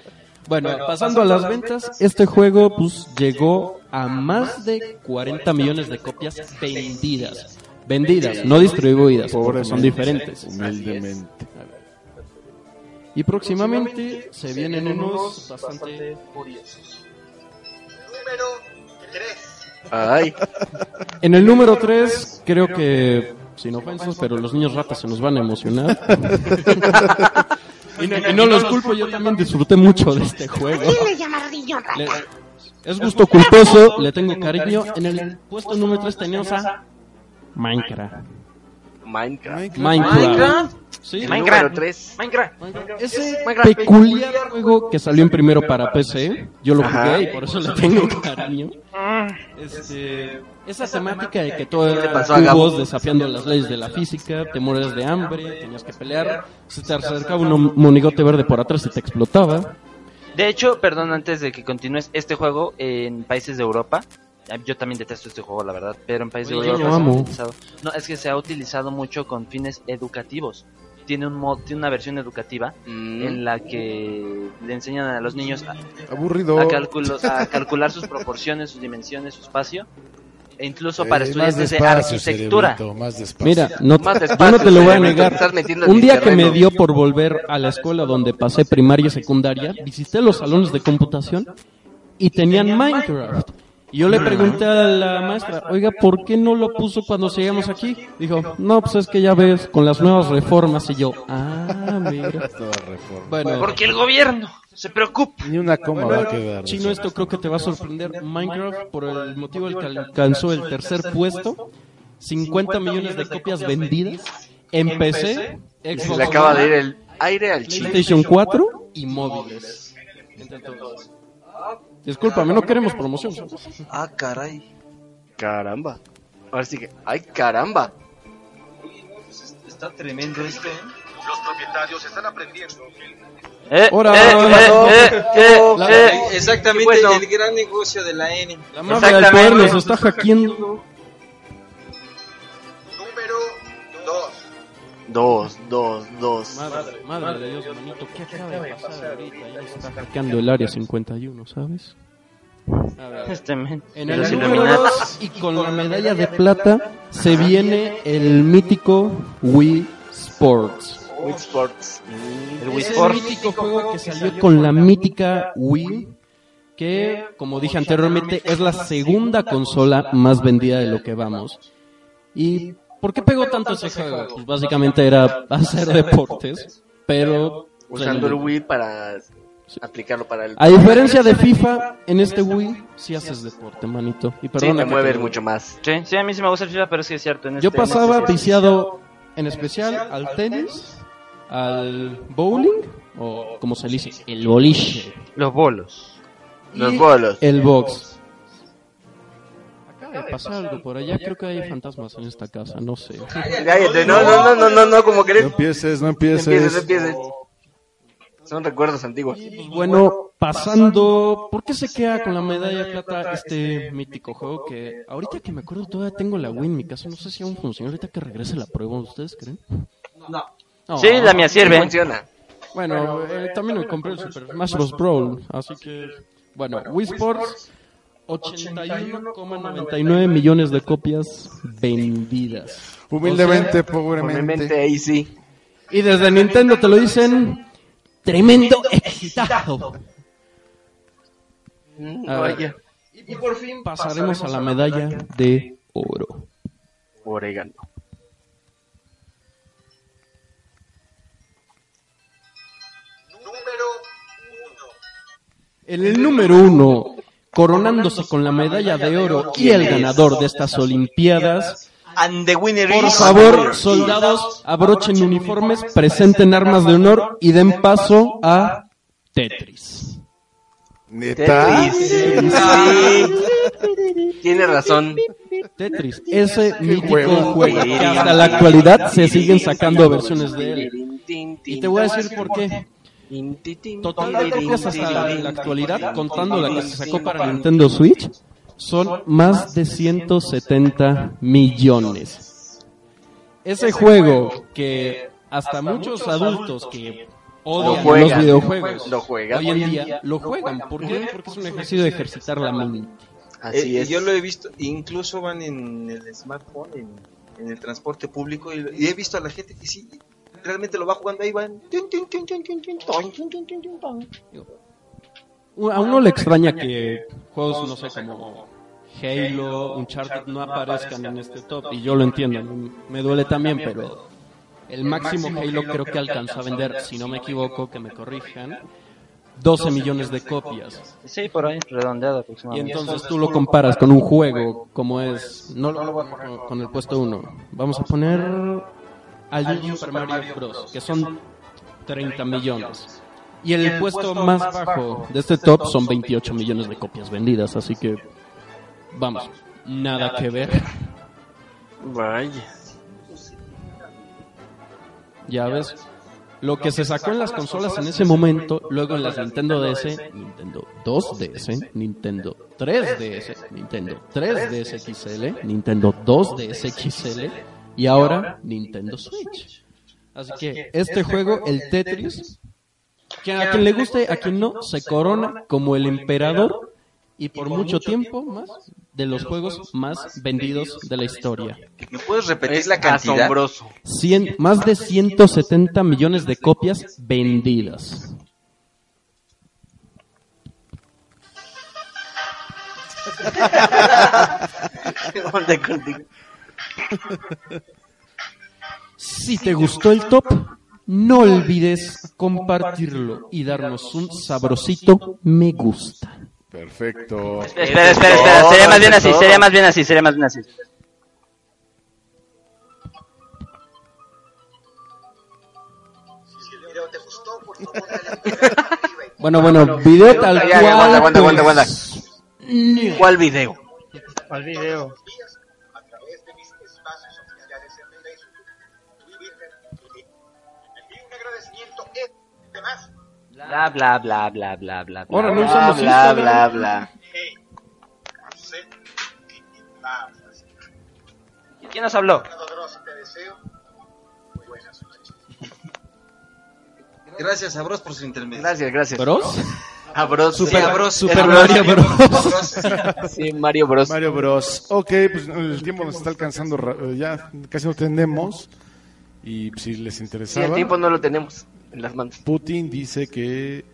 Bueno, pasando a las ventas, este juego pues llegó a más de 40 millones de copias vendidas. Vendidas, no distribuidas, porque son diferentes. Humildemente. Y próximamente se vienen unos bastante curiosos. Ay. <laughs> En el número 3, creo que, sin ofensas, pero los niños ratas se nos van a <laughs> emocionar. y, no, y no los culpo, yo también disfruté mucho de este juego. ¿Quién le llama niño rata? Le- Es gusto culposo, le tengo cariño. En el puesto número 3 teníamos a Minecraft. Minecraft. Minecraft. Sí, Sí. Minecraft. Número 3. Minecraft. Ese Peculiar juego que salió en primero para PC. Yo lo Ajá. jugué y por eso le <laughs> tengo cariño. Este, Ah. esa temática de que todo ¿Qué le era pasó a Gabo? cubos desafiando las leyes de la física, te mueres de hambre, tenías que pelear, se te acercaba un monigote verde por atrás y te explotaba. De hecho, perdón, antes de que continúes, este juego en países de Europa, eh, yo también detesto este juego, la verdad, pero en países Oye, de yo Europa lo se ha amo. utilizado- No, es que se ha utilizado mucho con fines educativos. Tiene un mod, tiene una versión educativa en la que le enseñan a los niños a, Aburrido. a calculo- a calcular sus proporciones, sus dimensiones, su espacio. E incluso para Eh, más estudiantes de despacio, arquitectura. cerebrito, más despacio. Mira, no, Más yo no despacio, te lo voy a cerebrito, negar. estás metiendo en Un mi día que me terreno. dio por volver a la escuela donde pasé primaria y secundaria, visité los salones de computación y tenían Minecraft. Y yo le pregunté a la maestra, oiga, ¿por qué no lo puso cuando llegamos aquí? Dijo, no, pues es que ya ves, con las nuevas reformas y yo, ah, mira. Bueno. Porque el gobierno se preocupa. Ni una coma Bueno, va a quedar. Chino, esto creo que te va a sorprender. Minecraft, por el motivo del que alcanzó el tercer puesto, 50 millones de copias vendidas, empecé, Y se le acaba de ir el aire al chino. PlayStation 4 y móviles. Discúlpame, no queremos promoción. Ah, caray. Caramba. Ahora sí que. ¡Ay, caramba! Está tremendo este, ¿eh? esto. Los propietarios están aprendiendo. Eh, Ahora, eh, ahora, eh, ahora. eh, eh, La- eh, exactamente Bueno. el gran negocio de la N. La mafia del poder nos está hackeando. Dos, dos, dos. Madre, madre de Dios, manito, ¿qué acaba de pasar ahorita? Ya nos está hackeando el área 51, ¿sabes? A ver, Este men. En Los el número Illuminati. 2 y con la medalla de plata se viene el mítico Wii Sports. Wii Sports. El Wii Es Sports. el mítico juego que salió con la mítica Wii, que, como dije anteriormente, es la segunda consola más vendida de lo que vamos. ¿Y por qué pegó tanto ese juego? Pues básicamente era <laughs> hacer deportes, pero... pues, Usando el Wii para aplicarlo para el. A diferencia de FIFA, en este Wii sí haces deporte, manito. Sí, Y perdona te que mueves te- mucho más. Sí, sí, a mí sí me gusta el FIFA, pero es que es cierto. En este- Yo en pasaba este- viciado en especial al tenis, al bowling, o como se le dice, el boliche. Los bolos. Y Los bolos. El box. Acaba de pasar algo por allá, creo que hay fantasmas en esta casa, no <laughs> sé. Cállate, no, no, no, no, no, no, como querés. No empieces, no empieces. empieces. empieces, Son recuerdos antiguos. pues Bueno, pasando, ¿por qué se queda con la medalla de plata este mítico juego que ahorita que me acuerdo todavía tengo la Wii en mi casa, no sé si aún funciona, ahorita que regrese la prueba, ¿ustedes creen? No. Sí, la mía sirve. Funciona. Bueno, eh, también me compré el Super Smash Bros. Brawl, así que... Bueno, Wii Sports, 81,99 millones de copias vendidas. Humildemente, O sea, pobremente. ahí sí. Y desde Nintendo te lo dicen, tremendo exitazo. A ver, Oye, Y por fin Mm, pasaremos a la medalla de oro. orégano. El número uno, coronándose con la medalla de oro y el ganador de estas Olimpiadas. And the winner Por is- favor, soldados, abrochen uniformes, presenten armas de honor y den paso a Tetris. ¿Neta? Tetris. Sí. Tiene razón. Tetris, ese mítico juego. juego que hasta la actualidad se siguen sacando versiones de él. Y te voy a decir por qué. Total de copias hasta la, la actualidad, contando la que se sacó para Nintendo Switch, son más de 170 millones. Ese juego que hasta muchos adultos que odian los videojuegos Lo juegan. hoy en día lo juegan. ¿Por qué? Porque es un ejercicio de ejercitar la mente. Así Eh, es. Yo lo he visto, incluso van en el smartphone, en, en el transporte público, y, y he visto a la gente que sí realmente lo va jugando ahí, van. tin, tin, tin, tin, tin, tin, ton, tin, tin, tin, tin, ton. A uno le extraña que juegos, no sé, como Halo, Uncharted no aparezcan en este top. Y yo lo entiendo, me duele también, pero el máximo Halo creo que alcanzó a vender, si no me equivoco, que me corrijan, 12 millones de copias. Sí, por ahí, redondeado Y aproximadamente. entonces tú lo comparas con un juego como es, no lo voy a poner con el puesto 1. Vamos a poner al New Super Mario Bros, que son 30 millones. Y el puesto más bajo de este top son 28 millones de copias vendidas, así que vamos, nada que ver. Vaya. Ya ves, lo que se sacó en las consolas en ese momento, luego en las Nintendo DS, Nintendo 2DS, Nintendo 3DS, Nintendo 3DS XL, Nintendo 2DS XL y ahora Nintendo Switch. Así que este juego, el Tetris, que a quien le guste, a quien no, se corona como el emperador y por mucho tiempo más de los juegos más vendidos de la historia. ¿Me puedes repetir Es la cantidad? asombroso. 100 más de 170 millones de copias vendidas. Onda contigo. Si te gustó el top, no olvides compartirlo y darnos un sabrosito me gusta. Perfecto. Espera, espera, espera. Sería más bien así, sería más bien así, sería más bien así. Bueno, bueno, video tal Ya, cual. aguanta, aguanta, aguanta, pues, aguanta. ¿Cuál video? Al video. Bla, bla, bla, bla, bla, bla. bla, Ahora no bla, usamos bla, Instagram. bla, bla. ¿Quién nos habló? Gracias a Bros por su intermedio. Gracias, gracias. ¿Bros? A Bros. Super- sí, a Bros. Super Es Mario Bros. sí, Mario Bros. Mario Bros. Ok, pues el tiempo nos está alcanzando, ra- eh, ya casi no tenemos. Y si les Sí, interesaba, el tiempo no lo tenemos en las manos. Putin dice que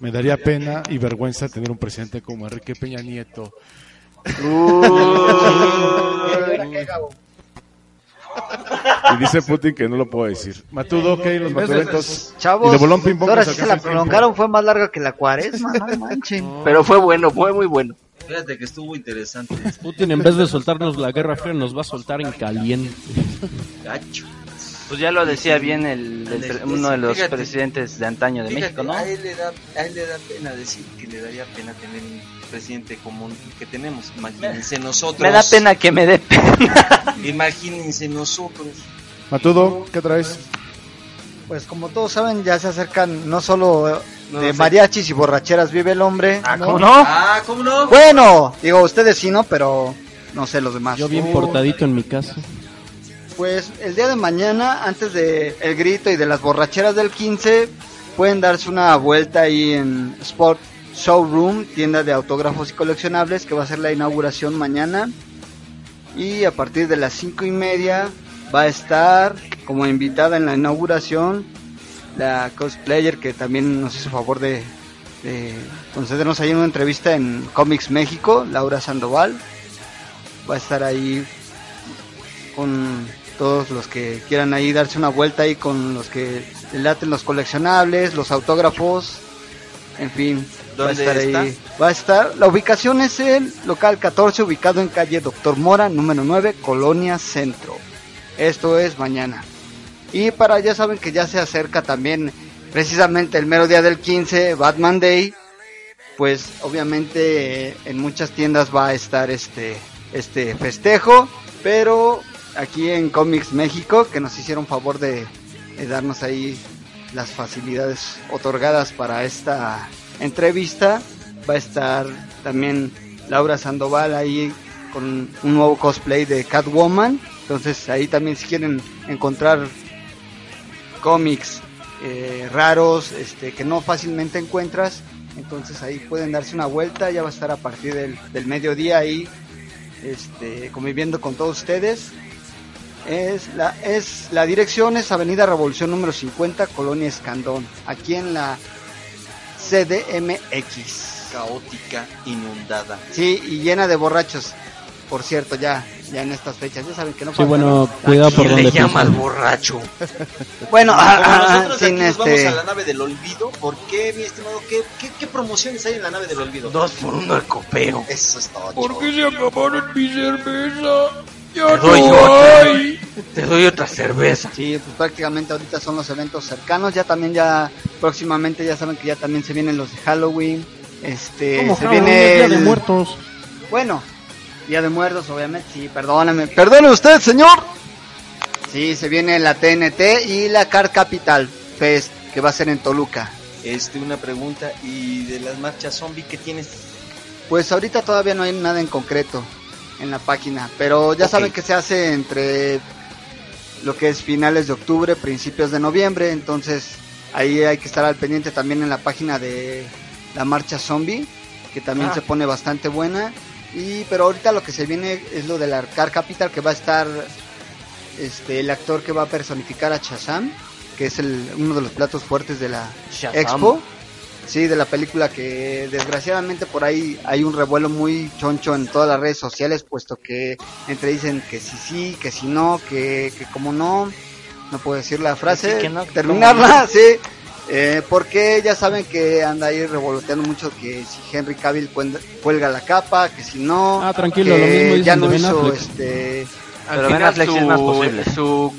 me daría pena y vergüenza tener un presidente como Enrique Peña Nieto. Y dice Putin que no lo puedo decir. Matudo, ok, los maturentos. Chavos, y de bolón ping ahora sí se la prolongaron, fue más larga que la cuaresma, no manchen. Pero fue bueno, fue muy bueno. Fíjate que estuvo interesante. Putin en vez de soltarnos la Guerra Fría nos va a soltar en caliente. Gacho. Pues ya lo decía bien el, el pre- uno de los Fíjate. presidentes de antaño de Fíjate, México, ¿no? a, él le da, a él le da pena decir que le daría pena tener un presidente común que tenemos. <laughs> Imagínense nosotros. Me da pena que me dé pena. Imagínense nosotros. Matudo, ¿qué traes? Pues como todos saben, ya se acercan no solo eh, No, de sí. mariachis y borracheras vive el hombre. Ah, ¿cómo no? Ah, ¿cómo no? Bueno, digo, ustedes sí, ¿no? Pero no sé los demás. Yo bien portadito en mi casa. Pues el día de mañana, antes de el grito y de las borracheras del 15, pueden darse una vuelta ahí en Sport Showroom, tienda de autógrafos y coleccionables, que va a ser la inauguración mañana. Y a partir de las cinco y media va a estar como invitada en la inauguración la cosplayer que también nos hizo favor de, de concedernos ahí una entrevista en Comics México, Laura Sandoval. Va a estar ahí con todos los que quieran ahí darse una vuelta ahí con los que le laten los coleccionables, los autógrafos, en fin, va a ¿Dónde estar está? ahí. Va a estar, la ubicación es el local 14 ubicado en calle Doctor Mora, número 9, Colonia Centro. Esto es mañana. Y para ya saben que ya se acerca también precisamente el mero día del 15, Batman Day, pues obviamente eh, en muchas tiendas va a estar este este festejo, pero aquí en Comics México que nos hicieron favor de, de darnos ahí las facilidades otorgadas para esta entrevista, va a estar también Laura Sandoval ahí con un nuevo cosplay de Catwoman, entonces ahí también si quieren encontrar cómics eh, raros este, que no fácilmente encuentras. Entonces ahí pueden darse una vuelta. Ya va a estar a partir del, del mediodía ahí este, conviviendo con todos ustedes. Es la, es, la dirección es Avenida Revolución número 50, Colonia Escandón, aquí en la CDMX. Caótica, inundada. <laughs> Sí, y llena de borrachos, por cierto, ya, ya en estas fechas, ya saben que no Sí, pasa bueno, nada. cuidado Aquí por donde pisan. borracho. bueno, Como ah, <laughs> ah, nosotros sin aquí nos este- vamos a la nave del olvido. ¿Por qué, mi estimado? ¿Qué, qué, qué promociones hay en la nave del olvido? Dos por un narcopeo. Eso es todo. ¿Por qué se acabaron mi cerveza? ¡Ya Te doy no otra. hay! Te doy otra cerveza. Sí, pues prácticamente ahorita son los eventos cercanos, ya también ya próximamente ya saben que ya también se vienen los de Halloween, este ¿Cómo se Halloween? viene Día de Muertos. Bueno, Día de Muertos obviamente, sí, perdóname. Perdone usted, señor. Sí, se viene la TNT y la Car Capital Fest que va a ser en Toluca. Este, una pregunta. ¿Y de las marchas zombie que tienes? Pues ahorita todavía no hay nada en concreto en la página, pero ya Ok. saben que se hace entre lo que es finales de octubre, principios de noviembre, entonces ahí hay que estar al pendiente también en la página de la marcha zombie, que también Ah. se pone bastante buena. Y pero ahorita lo que se viene es lo del Arcar Capital que va a estar este el actor que va a personificar a Shazam, que es el, uno de los platos fuertes de la Shazam. Expo. Sí, de la película que desgraciadamente por ahí hay un revuelo muy choncho en todas las redes sociales, puesto que entre dicen que sí, sí, que si no, que, que como no, no puedo decir la frase, que no, que terminarla, cómo no. <laughs> sí, eh, porque ya saben que anda ahí revoloteando mucho que si Henry Cavill cuelga- cuelga la capa, que si no, Ah, tranquilo, que lo mismo dicen ya de no Ben hizo Affleck. este... Al Pero Ben Affleck sí es más posible. su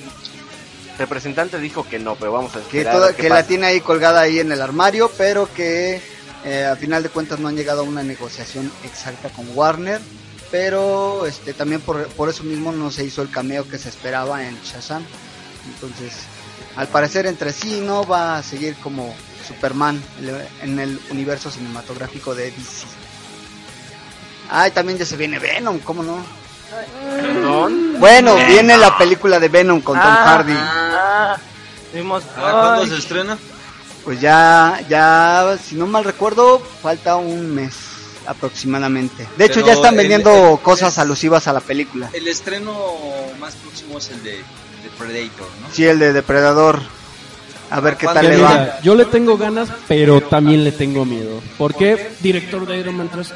Representante dijo que no, pero vamos a que, pues, esperar. toda- a ver qué que la pasa. tiene ahí colgada ahí en el armario, pero que eh, a final de cuentas no han llegado a una negociación exacta con Warner, pero este también por, por eso mismo no se hizo el cameo que se esperaba en Shazam. Entonces, al parecer entre sí no va a seguir como Superman el- en el universo cinematográfico de DC. Ah, y también ya se viene Venom, ¿cómo no? Perdón. Bueno, viene la película de Venom con Tom Ah, Hardy. ah, vimos- Ah, ¿Cuándo ay, se estrena? Pues ya, ya, si no mal recuerdo, falta un mes aproximadamente. De hecho, Pero ya están el- vendiendo el- cosas alusivas a la película. El estreno más próximo es el de, de Predator, ¿no? Sí, el de Depredador. A ver qué tal Que le va. mira, yo le tengo ganas, pero también le tengo miedo. ¿Por qué? Director de Iron Man 3.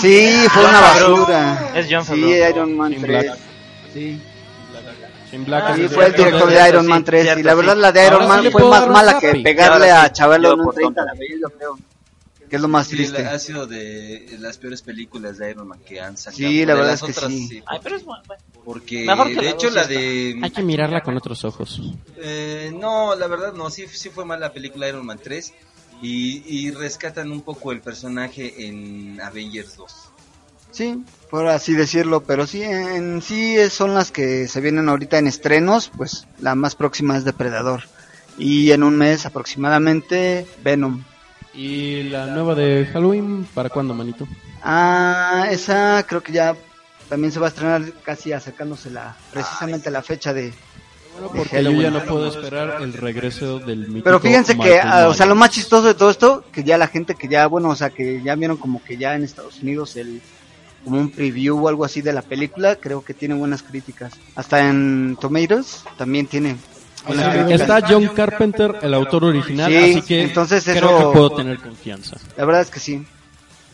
Sí, fue John una Favreau. basura. Es John Sí, Favreau. Iron Man Shane 3. Black. Sí. Shane Black es Sí, el fue el director de Iron Man 3. y la verdad, la de Iron Ahora sí Man le fue puedo más dar un mala que zape. pegarle Ahora sí, a Chabelo yo en un por 30 la veía, yo creo. Que es lo más Sí, triste. la- ha sido de las peores películas de Iron Man que han sacado. Sí, la De verdad las es que otras, sí. Ay, pero es bueno. Porque, Mejor que de la hecho, dos la está. de... Hay que mirarla con otros ojos. Eh, no, la verdad no, sí, sí fue mala la película Iron Man 3 y, y rescatan un poco el personaje en Avengers 2. Sí, por así decirlo, pero sí, en sí es- son las que se vienen ahorita en estrenos, pues la más próxima es Depredador. Y en un mes aproximadamente Venom. ¿Y la nueva de Halloween para cuándo, manito? Ah, esa creo que ya también se va a estrenar casi acercándose la, precisamente la fecha de... de Porque yo Halloween. ya no puedo esperar el regreso del mítico Pero fíjense que, Michael ah, o sea, Myers. lo más chistoso de todo esto, que ya la gente que ya, bueno, o sea, que ya vieron como que ya en Estados Unidos el como un preview o algo así de la película, creo que tiene buenas críticas. Hasta en Tomatoes también tiene O buenas sea, críticas. está John Carpenter, el autor original, Sí, así que entonces creo eso- que puedo tener confianza. La verdad es que sí.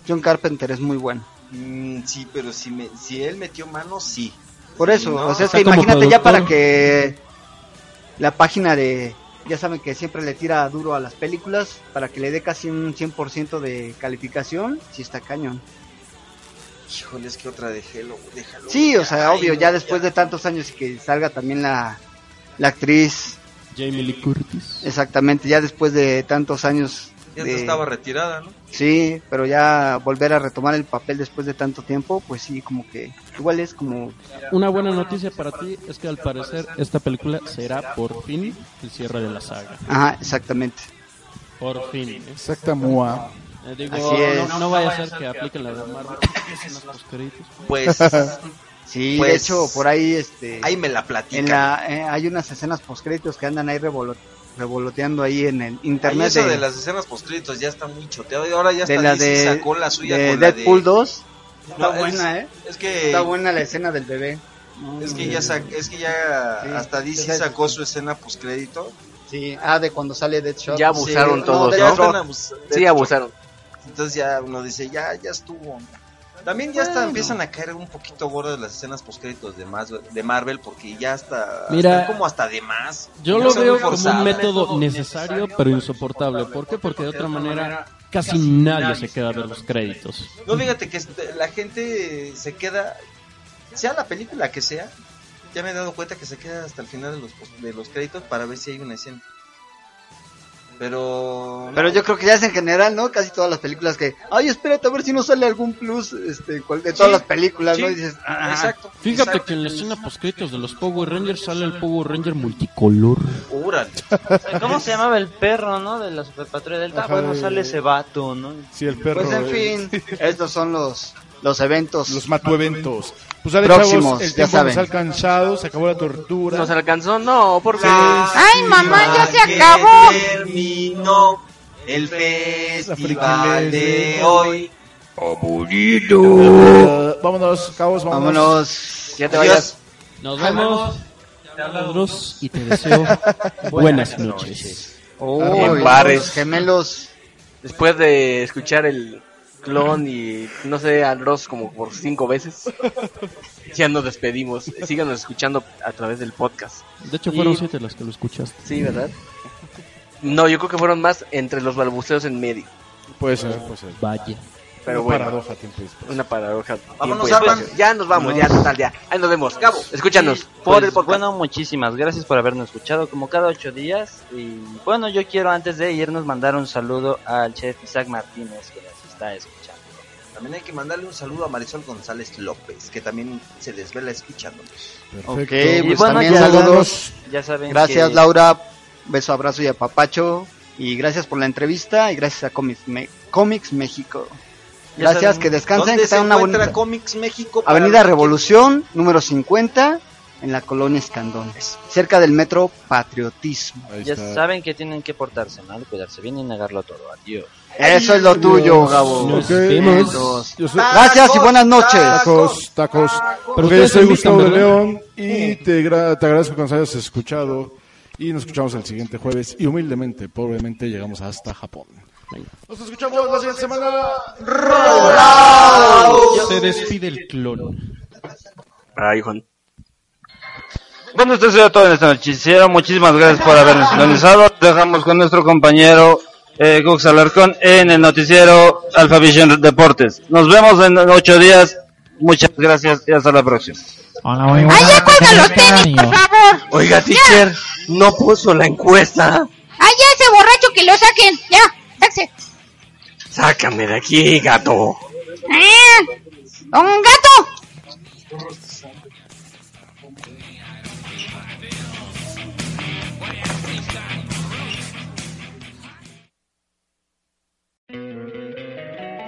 John Carpenter es muy bueno. Mm, sí, pero si, me, si él metió mano, sí. Por eso, No, o sea, es o sea, que como imagínate ya productor. para que la página de, ya saben que siempre le tira duro a las películas, para que le dé casi un 100% de calificación, sí está cañón. Híjole, es que otra de Hello, déjalo. Sí, o sea, Ay, obvio, no, ya después de tantos años y que salga también la, la actriz. Jamie Lee Curtis. Exactamente, ya después de tantos años. Ya de- hasta estaba retirada, ¿no? Sí, pero ya volver a retomar el papel después de tanto tiempo, pues sí, como que igual es como... Una buena noticia para ti es que al parecer esta película será por fin el cierre de la saga. Ajá, exactamente. Por fin. ¿eh? Exacta mua. Eh, digo, Así es. No, no vaya a ser que apliquen la de Marvel. que hacen los postcréditos. Pues. <laughs> Sí, Pues, de hecho, por ahí, este... Ahí me la platican. en la, eh, hay unas escenas postcréditos que andan ahí revolo- revoloteando ahí en el Ay, internet. eso de, las escenas postcritos ya está muy choteado y ahora ya de hasta la DC de- sacó la suya de con Deadpool la de... 2. No, Está buena, ¿eh? Es que Está buena la escena del bebé. Es que ya, sa- es que ya Sí. hasta DC sacó su escena postcrédito. Sí, ah, de cuando sale Deadshot. Ya abusaron Sí, todos, Deadshot. ¿no? Abus- Sí, abusaron. Entonces ya uno dice, ya, ya estuvo. También ya hasta empiezan a caer un poquito gordas las escenas postcréditos de, Mas- de Marvel porque ya hasta Mira, están como hasta de más. Yo Ya lo son veo muy como forzadas. un método necesario pero insoportable. ¿Por qué? Porque de otra manera casi nadie se queda de los créditos. No, fíjate que este, la gente se queda, sea la película que sea, ya me he dado cuenta que se queda hasta el final de los, pos- de los créditos para ver si hay una escena. Pero... Pero yo creo que ya es en general, ¿no? Casi todas las películas que, ay, espérate a ver si no sale algún plus este, cual- de todas Sí, las películas, ¿no? sí, Y dices, ah, exacto. Fíjate que en la escena postcritos de los Power Rangers sale el Power Ranger multicolor. Órale. ¿Cómo se llamaba el perro, no? De la Superpatrulla Delta. Ajá, bueno, el- sale ese vato, ¿no? Sí, el perro. eh, Pues en <laughs> fin, estos son los, los eventos. Los matueventos. Pues dale, Próximos, chavos, el ya tiempo nos saben. ha alcanzado, se acabó la tortura. ¿Nos alcanzó? No, porque... ¡Ay, mamá, ya se acabó! Terminó el ¿eh? festival de hoy. Ah, vámonos, cabos, vámonos. Vámonos. Ya te vayas. Nos vemos. Te hablan Bruce y te deseo <laughs> buenas noches. Uy, En bares. los gemelos. Después de escuchar el clon y no sé, al Ross como por cinco veces, ya nos despedimos. Síganos escuchando a través del podcast. De hecho fueron Y- siete las que lo escuchaste. Sí, ¿verdad? No, yo creo que fueron más entre los balbuceos en medio. Puede ser, pues, puede ser. Vaya. Pero Una bueno. paradoja, tiempo y espacio. Una paradoja. Vámonos, Tiempo y Arman. espacio. pues, Ya nos vamos, ya, total, ya. Ahí nos vemos. Gabo, escúchanos. Sí, por pues, el podcast. Bueno, muchísimas gracias por habernos escuchado como cada ocho días. Y bueno, yo quiero antes de irnos mandar un saludo al chef Isaac Martínez que nos está escuchando. También hay que mandarle un saludo a Marisol González López, que también se desvela escuchándonos. Ok, Y pues bueno, también ya saludos. saben- ya saben Gracias, que- Laura. Beso, abrazo y apapacho. Y gracias por la entrevista y gracias a Comics, Me- Comics México. Ya Gracias, saben, que descansen, ¿dónde que tengan se una encuentra bonita. Comics México para Avenida ver Revolución, número 50, en la colonia Escandón, cerca del metro Patriotismo. Ya saben que tienen que portarse mal, cuidarse bien y negarlo todo. Adiós. Eso es lo tuyo, Gabo. Nos Eso. vemos. Yo soy- Gracias y buenas noches. Tacos, tacos. Pero Ok, yo ustedes soy invitan, Gustavo de ¿verdad? León y te, gra- te agradezco que nos hayas escuchado. Y nos escuchamos el siguiente jueves. Y humildemente, pobremente, llegamos hasta Japón. Nos escuchamos la siguiente semana. Se despide el clon. Ay, Juan. Bueno, esto ha sido todo en este noticiero. Muchísimas gracias por habernos sintonizado. Dejamos con nuestro compañero eh, Gux Alarcón en el noticiero Alpha Vision Deportes. Nos vemos en ocho días. Muchas gracias y hasta la próxima. Hola, muy ¡Ay, ya cuelga los tenis, por favor! Oiga, teacher, no puso la encuesta. ¡Ay, ya ese borracho que lo saquen! ¡Ya! ¡Sáquese! Sácame de aquí, gato. ¡Ah! ¡Un gato!